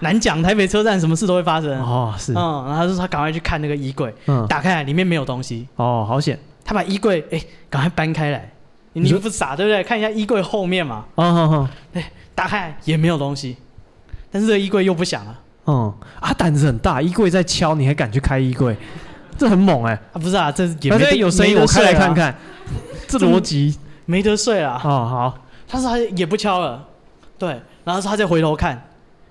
Speaker 2: 难讲，台北车站什么事都会发生。
Speaker 1: 哦，是
Speaker 2: 嗯，，然后他就说他赶快去看那个衣柜，
Speaker 1: 嗯，
Speaker 2: 打开来里面没有东西，
Speaker 1: 哦，好险。
Speaker 2: 他把衣柜哎赶快搬开来，你
Speaker 1: 你说
Speaker 2: 不傻对不对？看一下衣柜后面嘛，
Speaker 1: 哦，哦
Speaker 2: 打开来也没有东西，但是这个衣柜又不响了
Speaker 1: 哦，嗯，啊，胆子很大，衣柜在敲，你还敢去开衣柜， 这很猛哎、
Speaker 2: 啊，不是啊，这也
Speaker 1: 反
Speaker 2: 没
Speaker 1: 正
Speaker 2: 得
Speaker 1: 哎有声音，
Speaker 2: 没
Speaker 1: 我
Speaker 2: 得
Speaker 1: 开
Speaker 2: 睡
Speaker 1: 来
Speaker 2: 了啊
Speaker 1: 看，看。这逻辑
Speaker 2: 没得睡了
Speaker 1: 哦，
Speaker 2: 啊。
Speaker 1: 好，
Speaker 2: 他说他也不敲了，对，然后他再回头看，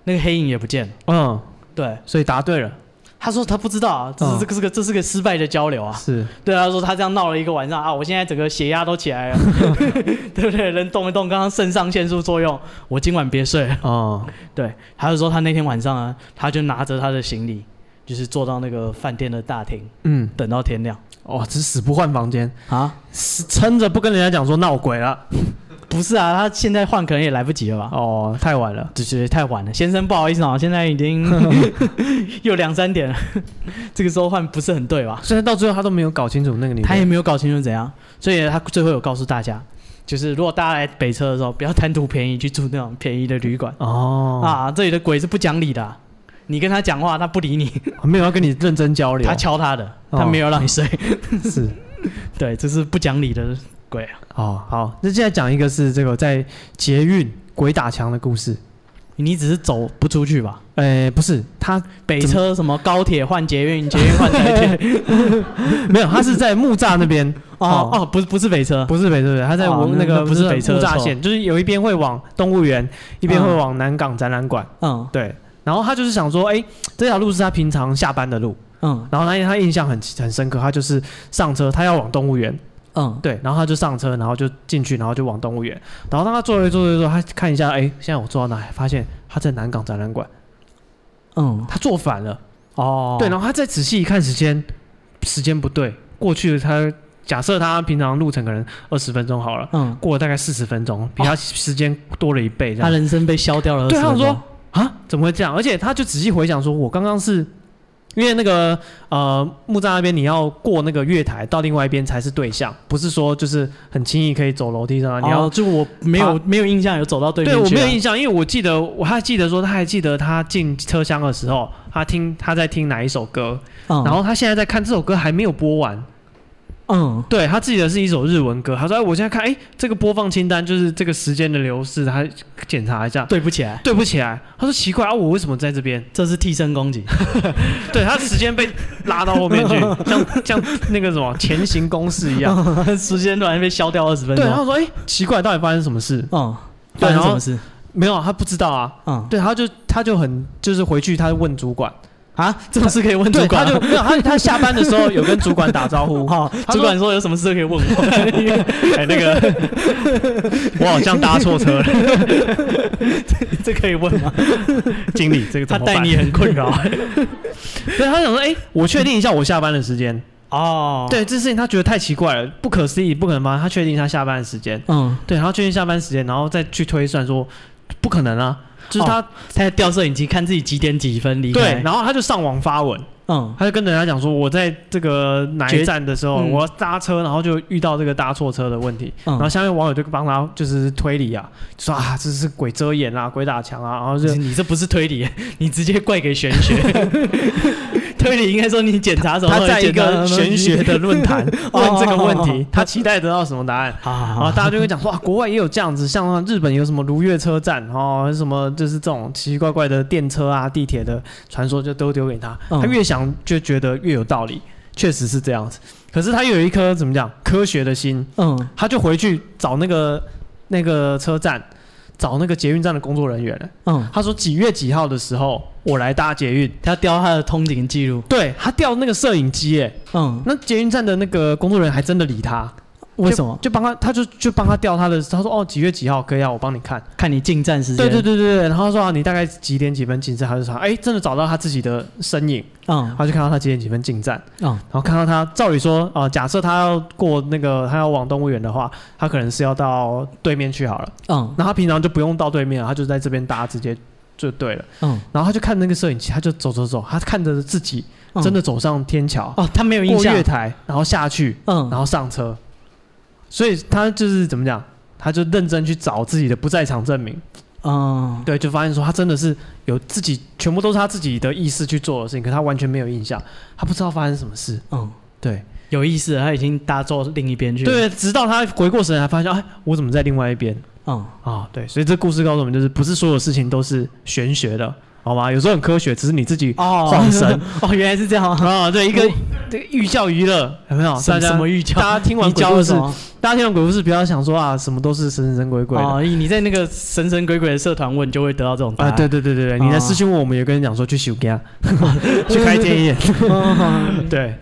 Speaker 2: 那个黑影也不见了，
Speaker 1: 嗯，
Speaker 2: 对，
Speaker 1: 所以答对了，
Speaker 2: 他说他不知道啊，这是
Speaker 1: 嗯
Speaker 2: 这个是个这是个失败的交流啊，
Speaker 1: 是，
Speaker 2: 对，他说他这样闹了一个晚上啊，我现在整个血压都起来了，对不对？人动一动，刚刚肾上腺素作用，我今晚别睡了。
Speaker 1: 哦，
Speaker 2: 对，他就说他那天晚上啊，他就拿着他的行李，就是坐到那个饭店的大厅，
Speaker 1: 嗯，
Speaker 2: 等到天亮
Speaker 1: 哇，这死不换房间，
Speaker 2: 啊。
Speaker 1: 死撑着不跟人家讲说闹鬼了，
Speaker 2: 不是啊，他现在换可能也来不及了吧？
Speaker 1: 哦，太晚了，
Speaker 2: 就是太晚了，先生不好意思啊，现在已 经又两三点了，这个时候换不是很对吧？
Speaker 1: 虽然到最后他都没有搞清楚那个女的，
Speaker 2: 他也没有搞清楚怎样，所以他最后有告诉大家，就是如果大家来北车的时候，不要贪图便宜去住那种便宜的旅馆、
Speaker 1: 哦，
Speaker 2: 啊，这里的鬼是不讲理的啊、你跟他讲话，他不理你，
Speaker 1: 没有要跟你认真交流，
Speaker 2: 他敲他的，他没有让你睡，
Speaker 1: 是，
Speaker 2: 对，这是不讲理的鬼啊！
Speaker 1: 哦，好，那现在讲一个是这个在捷运鬼打墙的故事，
Speaker 2: 你只是走不出去吧？
Speaker 1: 呃，不是，他
Speaker 2: 北车什么高铁换捷运，捷运换台 铁
Speaker 1: 没有，他是在木栅那边，
Speaker 2: 哦哦，不是不是北车，
Speaker 1: 不是北车北，他在
Speaker 2: 哦
Speaker 1: 我
Speaker 2: 那
Speaker 1: 那个
Speaker 2: 那不是北车
Speaker 1: 木
Speaker 2: 的
Speaker 1: 栅
Speaker 2: 错
Speaker 1: 线，就是有一边会往动物园，一边
Speaker 2: 嗯
Speaker 1: 会往南港展览馆，
Speaker 2: 嗯
Speaker 1: 对。然后他就是想说，哎，这条路是他平常下班的路。
Speaker 2: 嗯
Speaker 1: 然后那天他印象很很深刻，他就是上车，他要往动物园，
Speaker 2: 嗯，
Speaker 1: 对，然后他就上车，然后就进去，然后就往动物园。然后当他坐一坐坐一坐，他看一下，哎，现在我坐到哪里？发现他在南港展览馆，
Speaker 2: 嗯
Speaker 1: 他坐反了。
Speaker 2: 哦，
Speaker 1: 对，然后他再仔细一看时间，时间不对，过去他假设他平常路程可能二十分钟好了，
Speaker 2: 嗯，
Speaker 1: 过了大概四十分钟，比他时间多了一倍这
Speaker 2: 他
Speaker 1: 样。
Speaker 2: 人生被消掉了20
Speaker 1: 对，
Speaker 2: 分
Speaker 1: 他
Speaker 2: 钟，
Speaker 1: 想说啊，怎么会这样？而且他就仔细回想说，我刚刚是。因为那个呃木栅那边你要过那个月台到另外一边才是对象，不是说就是很轻易可以走楼梯上来，你要
Speaker 2: 哦就我没有没有印象有走到对面
Speaker 1: 对我
Speaker 2: 去啊
Speaker 1: 没有印象，因为我记得我还记得说，他还记得他进车厢的时候，他听他在听哪一首歌，
Speaker 2: 嗯
Speaker 1: 然后他现在在看这首歌还没有播完，
Speaker 2: 嗯
Speaker 1: 对他记得是一首日文歌，他说哎，我现在看哎这个播放清单就是这个时间的流逝，他检查一下。
Speaker 2: 对不起来，
Speaker 1: 对不起来，他说奇怪啊，我为什么在这边？
Speaker 2: 这是替身攻击。
Speaker 1: 对他时间被拉到后面 去，像像那个什么前行公式一样。
Speaker 2: 时间突然被消掉二十分
Speaker 1: 对，
Speaker 2: 钟。
Speaker 1: 然后说哎、奇怪，到底发生什么事？
Speaker 2: 嗯，
Speaker 1: 对
Speaker 2: 发生
Speaker 1: 然
Speaker 2: 什
Speaker 1: 后
Speaker 2: 么事？
Speaker 1: 没有啊，他不知道啊。
Speaker 2: 嗯
Speaker 1: 对，他就他就很就是回去，他问主 管，
Speaker 2: 啊，这种事可以问主
Speaker 1: 对，他
Speaker 2: 管啊。，
Speaker 1: 就没有他他下班的时候有跟主管打招呼
Speaker 2: 哦，
Speaker 1: 他说
Speaker 2: 主管说有什么事可以问 我。
Speaker 1: 哎，那个 我好像搭错车了，
Speaker 2: 这可以问吗？
Speaker 1: 经理，这个怎
Speaker 2: 他
Speaker 1: 么办
Speaker 2: 带你很困 扰。
Speaker 1: 对，他想说，哎，我确定一下我下班的时间，
Speaker 2: 哦，
Speaker 1: 对，这事情他觉得太奇怪了，不可思议，不可能吗？他确定他下班的时间，
Speaker 2: 嗯，
Speaker 1: 对，然后确定下班时间，然后再去推算说，不可能啊，就是他、
Speaker 2: 他在调摄影机看自己几点几分离
Speaker 1: 对，
Speaker 2: 开。
Speaker 1: 然后他就上网发文，
Speaker 2: 嗯，
Speaker 1: 他就跟人家讲说，我在这个哪一
Speaker 2: 决
Speaker 1: 站的时候，
Speaker 2: 嗯
Speaker 1: 我要搭车，然后就遇到这个搭错车的问题，
Speaker 2: 嗯
Speaker 1: 然后下面网友就帮他就是推理啊，就说啊这是鬼遮眼啊，鬼打墙啊，然后就
Speaker 2: 你这不是推理，你直接怪给玄学。 推理应该说你检查什么？
Speaker 1: 他在一个玄学的论坛
Speaker 2: 哦
Speaker 1: 问这个问
Speaker 2: 哦哦
Speaker 1: 题
Speaker 2: 哦，
Speaker 1: 他期待得到什么答案？然后
Speaker 2: 啊，
Speaker 1: 大家就会讲说啊，国外也有这样子，像日本有什么如月车站哦，什么就是这种奇奇怪怪的电车啊、地铁的传说，就都丢给他。
Speaker 2: 嗯
Speaker 1: 他越想就觉得越有道理，确实是这样子。可是他又有一颗怎么讲科学的心，
Speaker 2: 嗯，
Speaker 1: 他就回去找那个那个车站，找那个捷运站的工作人员了。
Speaker 2: 嗯，
Speaker 1: 他说几月几号的时候我来搭捷运，
Speaker 2: 他要调他的通警记录。
Speaker 1: 对他调那个摄影机，哎，
Speaker 2: 嗯，
Speaker 1: 那捷运站的那个工作人员还真的理他，
Speaker 2: 为什么？
Speaker 1: 就帮他，他就就帮他调他的，他说哦几月几号可以啊，我帮你看。
Speaker 2: 看你进站时间。
Speaker 1: 对对对对对，然后他说啊你大概几点几分进站，他就说哎真的找到他自己的身影，
Speaker 2: 嗯
Speaker 1: 他就看到他几点几分进站，
Speaker 2: 嗯
Speaker 1: 然后看到他，照理说啊、呃假设他要过那个他要往动物园的话，他可能是要到对面去好了，
Speaker 2: 嗯
Speaker 1: 那他平常就不用到对面了，他就在这边搭直接就对了。
Speaker 2: 嗯，
Speaker 1: 然后他就看那个摄影机，他就走走走，他看着自己
Speaker 2: 嗯
Speaker 1: 真的走上天桥，
Speaker 2: 哦，他没有印
Speaker 1: 过
Speaker 2: 象
Speaker 1: 月，台，然后下去，
Speaker 2: 嗯，
Speaker 1: 然后上车，所以他就是怎么讲，他就认真去找自己的不在场证明，
Speaker 2: 嗯，
Speaker 1: 对，就发现说他真的是有自己全部都是他自己的意识去做的事情，可他完全没有印象，他不知道发生什么事，
Speaker 2: 嗯，
Speaker 1: 对
Speaker 2: 有意思了，他已经搭坐另一边去，，
Speaker 1: 对，直到他回过神来，发现哎，我怎么在另外一边
Speaker 2: 嗯，
Speaker 1: 啊、对，所以这故事告诉我们，就是不是所有事情都是玄学的，好吗？有时候很科学，只是你自己
Speaker 2: 哦，
Speaker 1: 晃 神，
Speaker 2: 哦，原来是这样啊，
Speaker 1: 啊、对，一个这个寓教于乐，有没有？
Speaker 2: 什
Speaker 1: 大
Speaker 2: 什
Speaker 1: 家
Speaker 2: 么预教？
Speaker 1: 大家听完
Speaker 2: 你
Speaker 1: 鬼
Speaker 2: 教
Speaker 1: 故
Speaker 2: 的是
Speaker 1: 事，大家听完鬼故事不要想说啊，什么都是神神鬼鬼的。
Speaker 2: 哦，你在那个神神鬼鬼的社团问，就会得到这种答
Speaker 1: 啊，
Speaker 2: 案。
Speaker 1: 对对对对对，你
Speaker 2: 哦
Speaker 1: 的私讯问我们有跟人讲说去修 家，去开天眼，
Speaker 2: 对，
Speaker 1: 对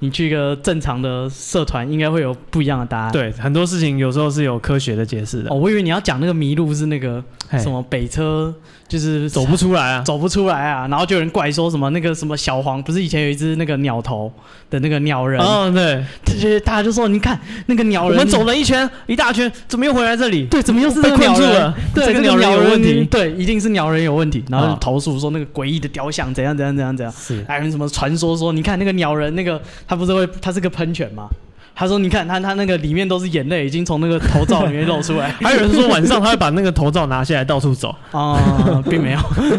Speaker 2: 你去一个正常的社团，应该会有不一样的答案。，
Speaker 1: 对，很多事情有时候是有科学的解释的
Speaker 2: 哦，，我以为你要讲那个迷路是那个
Speaker 1: 嘿
Speaker 2: 什么北车，就是
Speaker 1: 走不出来啊，
Speaker 2: 走不出来啊，然后就有人怪说什么那个什么小黄，不是以前有一只那个鸟头的那个鸟人，
Speaker 1: 哦对，
Speaker 2: 就是大家就说你看那个鸟
Speaker 1: 我
Speaker 2: 人，
Speaker 1: 们走了一圈一大圈，怎么又回来这里？
Speaker 2: 对，怎么又是这
Speaker 1: 被
Speaker 2: 个
Speaker 1: 困
Speaker 2: 鸟
Speaker 1: 住
Speaker 2: 人？
Speaker 1: 了，
Speaker 2: 对，
Speaker 1: 这
Speaker 2: 这
Speaker 1: 个
Speaker 2: 个
Speaker 1: 鸟人
Speaker 2: 鸟
Speaker 1: 有
Speaker 2: 人
Speaker 1: 问
Speaker 2: 一
Speaker 1: 题，
Speaker 2: 对，一定是鸟人有问题，然后就
Speaker 1: 啊
Speaker 2: 投诉说那个诡异的雕像怎样怎样怎样怎样。
Speaker 1: 是。
Speaker 2: 还有什么传说说，你看那个鸟人，那个他不是会，他是个喷泉吗？他说：“你看他，他那个里面都是眼泪，已经从那个头罩里面露出来
Speaker 1: 还有人说晚上他会把那个头罩拿下来到处走
Speaker 2: 哦，并没有，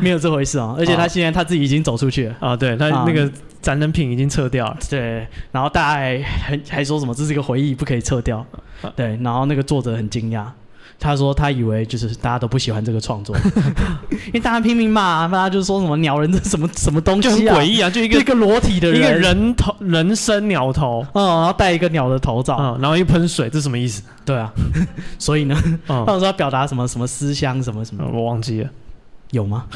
Speaker 2: 没有这回事啊！而且他
Speaker 1: 哦
Speaker 2: 现在他自己已经走出去了。
Speaker 1: 啊，对他
Speaker 2: 啊
Speaker 1: 那个展览品已经撤掉了，
Speaker 2: 对，然后大家还还还说什么这是一个回忆，不可以撤掉
Speaker 1: 啊。
Speaker 2: 对，然后那个作者很惊讶，他说他以为就是大家都不喜欢这个创作， 因为大家拼命骂、啊，大家就说什么鸟人这什么什么东
Speaker 1: 就很
Speaker 2: 西啊，
Speaker 1: 诡异啊，就一
Speaker 2: 一
Speaker 1: 个
Speaker 2: 个一个裸体的
Speaker 1: 一
Speaker 2: 人，
Speaker 1: 个，人头人身鸟头
Speaker 2: 嗯，然后戴一个鸟的头罩，
Speaker 1: 啊，然后一喷水，这什么意思？
Speaker 2: 对啊，所以呢，
Speaker 1: 啊
Speaker 2: 他，们说要表达什么什么思乡什么什么，
Speaker 1: 我忘记了，
Speaker 2: 有吗？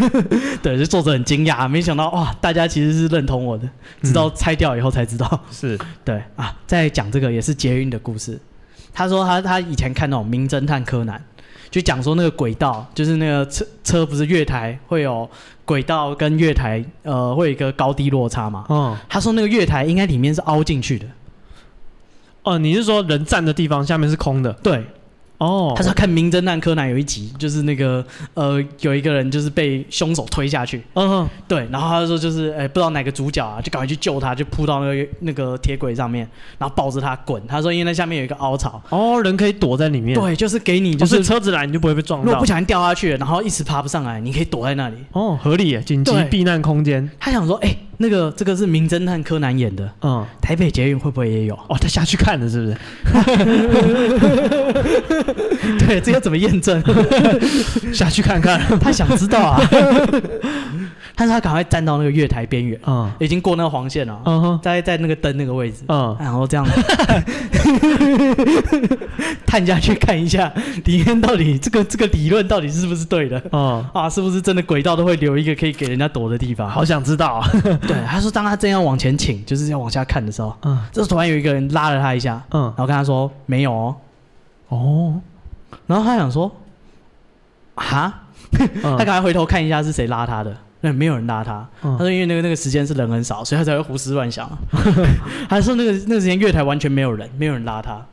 Speaker 2: 对，就作者很惊讶，没想到哇，大家其实是认同我的，直到拆掉以后才知道。
Speaker 1: 是
Speaker 2: 对啊，在讲这个也是捷运的故事。他说他他以前看那种《名侦探柯南》，就讲说那个轨道，就是那个车车不是月台会有轨道跟月台呃会有一个高低落差嘛。
Speaker 1: 嗯。
Speaker 2: 他说那个月台应该里面是凹进去的。
Speaker 1: 哦，你是说人站的地方下面是空的？
Speaker 2: 对，
Speaker 1: 哦，
Speaker 2: 他说看《名侦探柯南》有一集，就是那个呃有一个人就是被凶手推下去，
Speaker 1: 嗯，
Speaker 2: 对，然后他就说就是，哎、不知道哪个主角啊，就赶快去救他，就扑到那个那个铁轨上面，然后抱着他滚。他说因为那下面有一个凹槽，
Speaker 1: 哦，人可以躲在里面，哦，
Speaker 2: 对，就是给你
Speaker 1: 就
Speaker 2: 就，
Speaker 1: 是是车子来你就不会被撞
Speaker 2: 如果
Speaker 1: 到
Speaker 2: 不。小心掉下去，然后一时爬不上来，你可以躲在那里。
Speaker 1: 哦，合理耶，紧急
Speaker 2: 对
Speaker 1: 避难空间。
Speaker 2: 他想说，哎、那个这个是名侦探柯南演的，
Speaker 1: 嗯，
Speaker 2: 台北捷运会不会也有？
Speaker 1: 哦，他下去看了是不是？
Speaker 2: 对，这要怎么验证？
Speaker 1: 下去看看。
Speaker 2: 他想知道啊。 但是他赶快站到那个月台边缘，
Speaker 1: 嗯
Speaker 2: 已经过那个黄线了，
Speaker 1: 嗯哼
Speaker 2: 在在那个灯那个位置。
Speaker 1: 嗯，
Speaker 2: 然后这样 探下去看一下，里面到底这个这个理论到底是不是对的
Speaker 1: 嗯，
Speaker 2: 啊？是不是真的轨道都会留一个可以给人家躲的地方？
Speaker 1: 好，想知道啊。
Speaker 2: 对，他说当他正要往前倾，就是要往下看的时候，
Speaker 1: 嗯
Speaker 2: 这时候突然有一个人拉了他一下，
Speaker 1: 嗯
Speaker 2: 然，后跟他说没有哦，
Speaker 1: 哦，
Speaker 2: 然后他想说，哈，他
Speaker 1: 他
Speaker 2: 赶快回头看一下是谁拉他的。那没有人拉他，他说因为那个那个时间是人很少，所以他才会胡思乱想。 他说那个那个时间月台完全没有人，没有人拉他。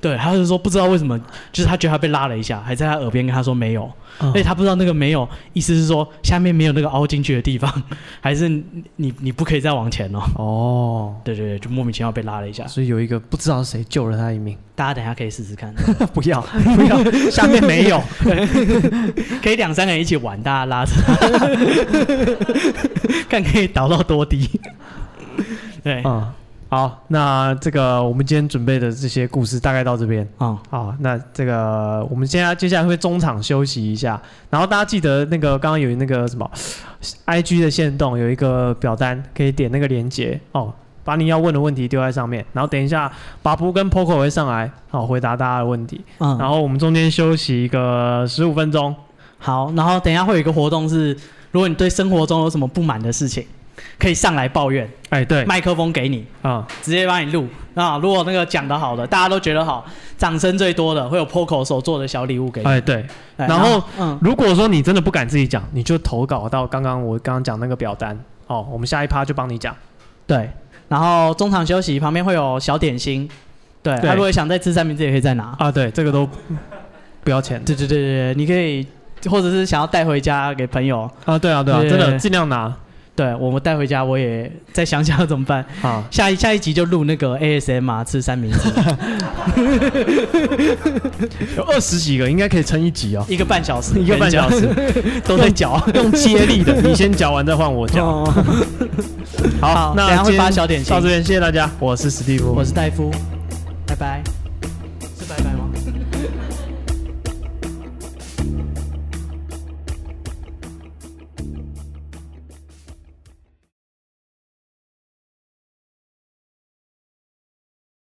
Speaker 2: 对，他就说不知道为什么，就是他觉得他被拉了一下，还在他耳边跟他说没有，
Speaker 1: 嗯
Speaker 2: 而且他不知道那个没有意思是说下面没有那个凹进去的地方， 还是你你你不可以再往前哦。
Speaker 1: 哦，
Speaker 2: 对对对，就莫名其妙被拉了一下。
Speaker 1: 所以有一个不知道是谁救了他一命。
Speaker 2: 大家等一下可以试试看，
Speaker 1: 不要不要，下面没有。
Speaker 2: 可以两三个人一起玩，大家 拉着他，看可以倒到多低。 对，啊、
Speaker 1: 嗯，好，那这个我们今天准备的这些故事大概到这边。好，那这个我们现在接下来会中场休息一下，然后大家记得那个刚刚有那个什么，IG 的线动有一个表单，可以点那个链接哦，把你要问的问题丢在上面，然后等一下巴布跟 Poco 会上来，好、回答大家的问题，
Speaker 2: 嗯，
Speaker 1: 然后我们中间休息一个十五分钟，
Speaker 2: 好，然后等一下会有一个活动是，如果你对生活中有什么不满的事情，可以上来抱怨，
Speaker 1: 哎对，
Speaker 2: 麦克风给你，
Speaker 1: 啊、
Speaker 2: 直接帮你录啊。如果那个讲的好的，大家都觉得好，掌声最多的会有 POCO 手做的小礼物给你。
Speaker 1: 哎对，
Speaker 2: 哎
Speaker 1: 然后
Speaker 2: 嗯，
Speaker 1: 如果说你真的不敢自己讲，你就投稿到刚刚我刚刚讲那个表单哦，我们下一趴就帮你讲，
Speaker 2: 对，然后中场休息旁边会有小点心，对，
Speaker 1: 对
Speaker 2: 他如果想再吃三明治也可以再拿。
Speaker 1: 啊对，这个都不要钱的。
Speaker 2: 对对对对，你可以或者是想要带回家给朋友，
Speaker 1: 啊，对啊，对啊，
Speaker 2: 对
Speaker 1: 真的尽量拿
Speaker 2: 对我们带回家，我也再想想要怎么办。
Speaker 1: 啊。
Speaker 2: 下一下一集就录那个 ASM r 吃三明治，
Speaker 1: 有二十几个，应该可以撑一集哦，
Speaker 2: 一个半小时，
Speaker 1: 一个半小时
Speaker 2: 都在嚼。
Speaker 1: 用接力的，你先嚼完再换我嚼。
Speaker 2: 哦
Speaker 1: 好，
Speaker 2: 好等一
Speaker 1: 那
Speaker 2: 下会
Speaker 1: 今天
Speaker 2: 发小点心
Speaker 1: 到这边，谢谢大家，我是史蒂夫，
Speaker 2: 我是戴夫，拜拜，是拜拜吗？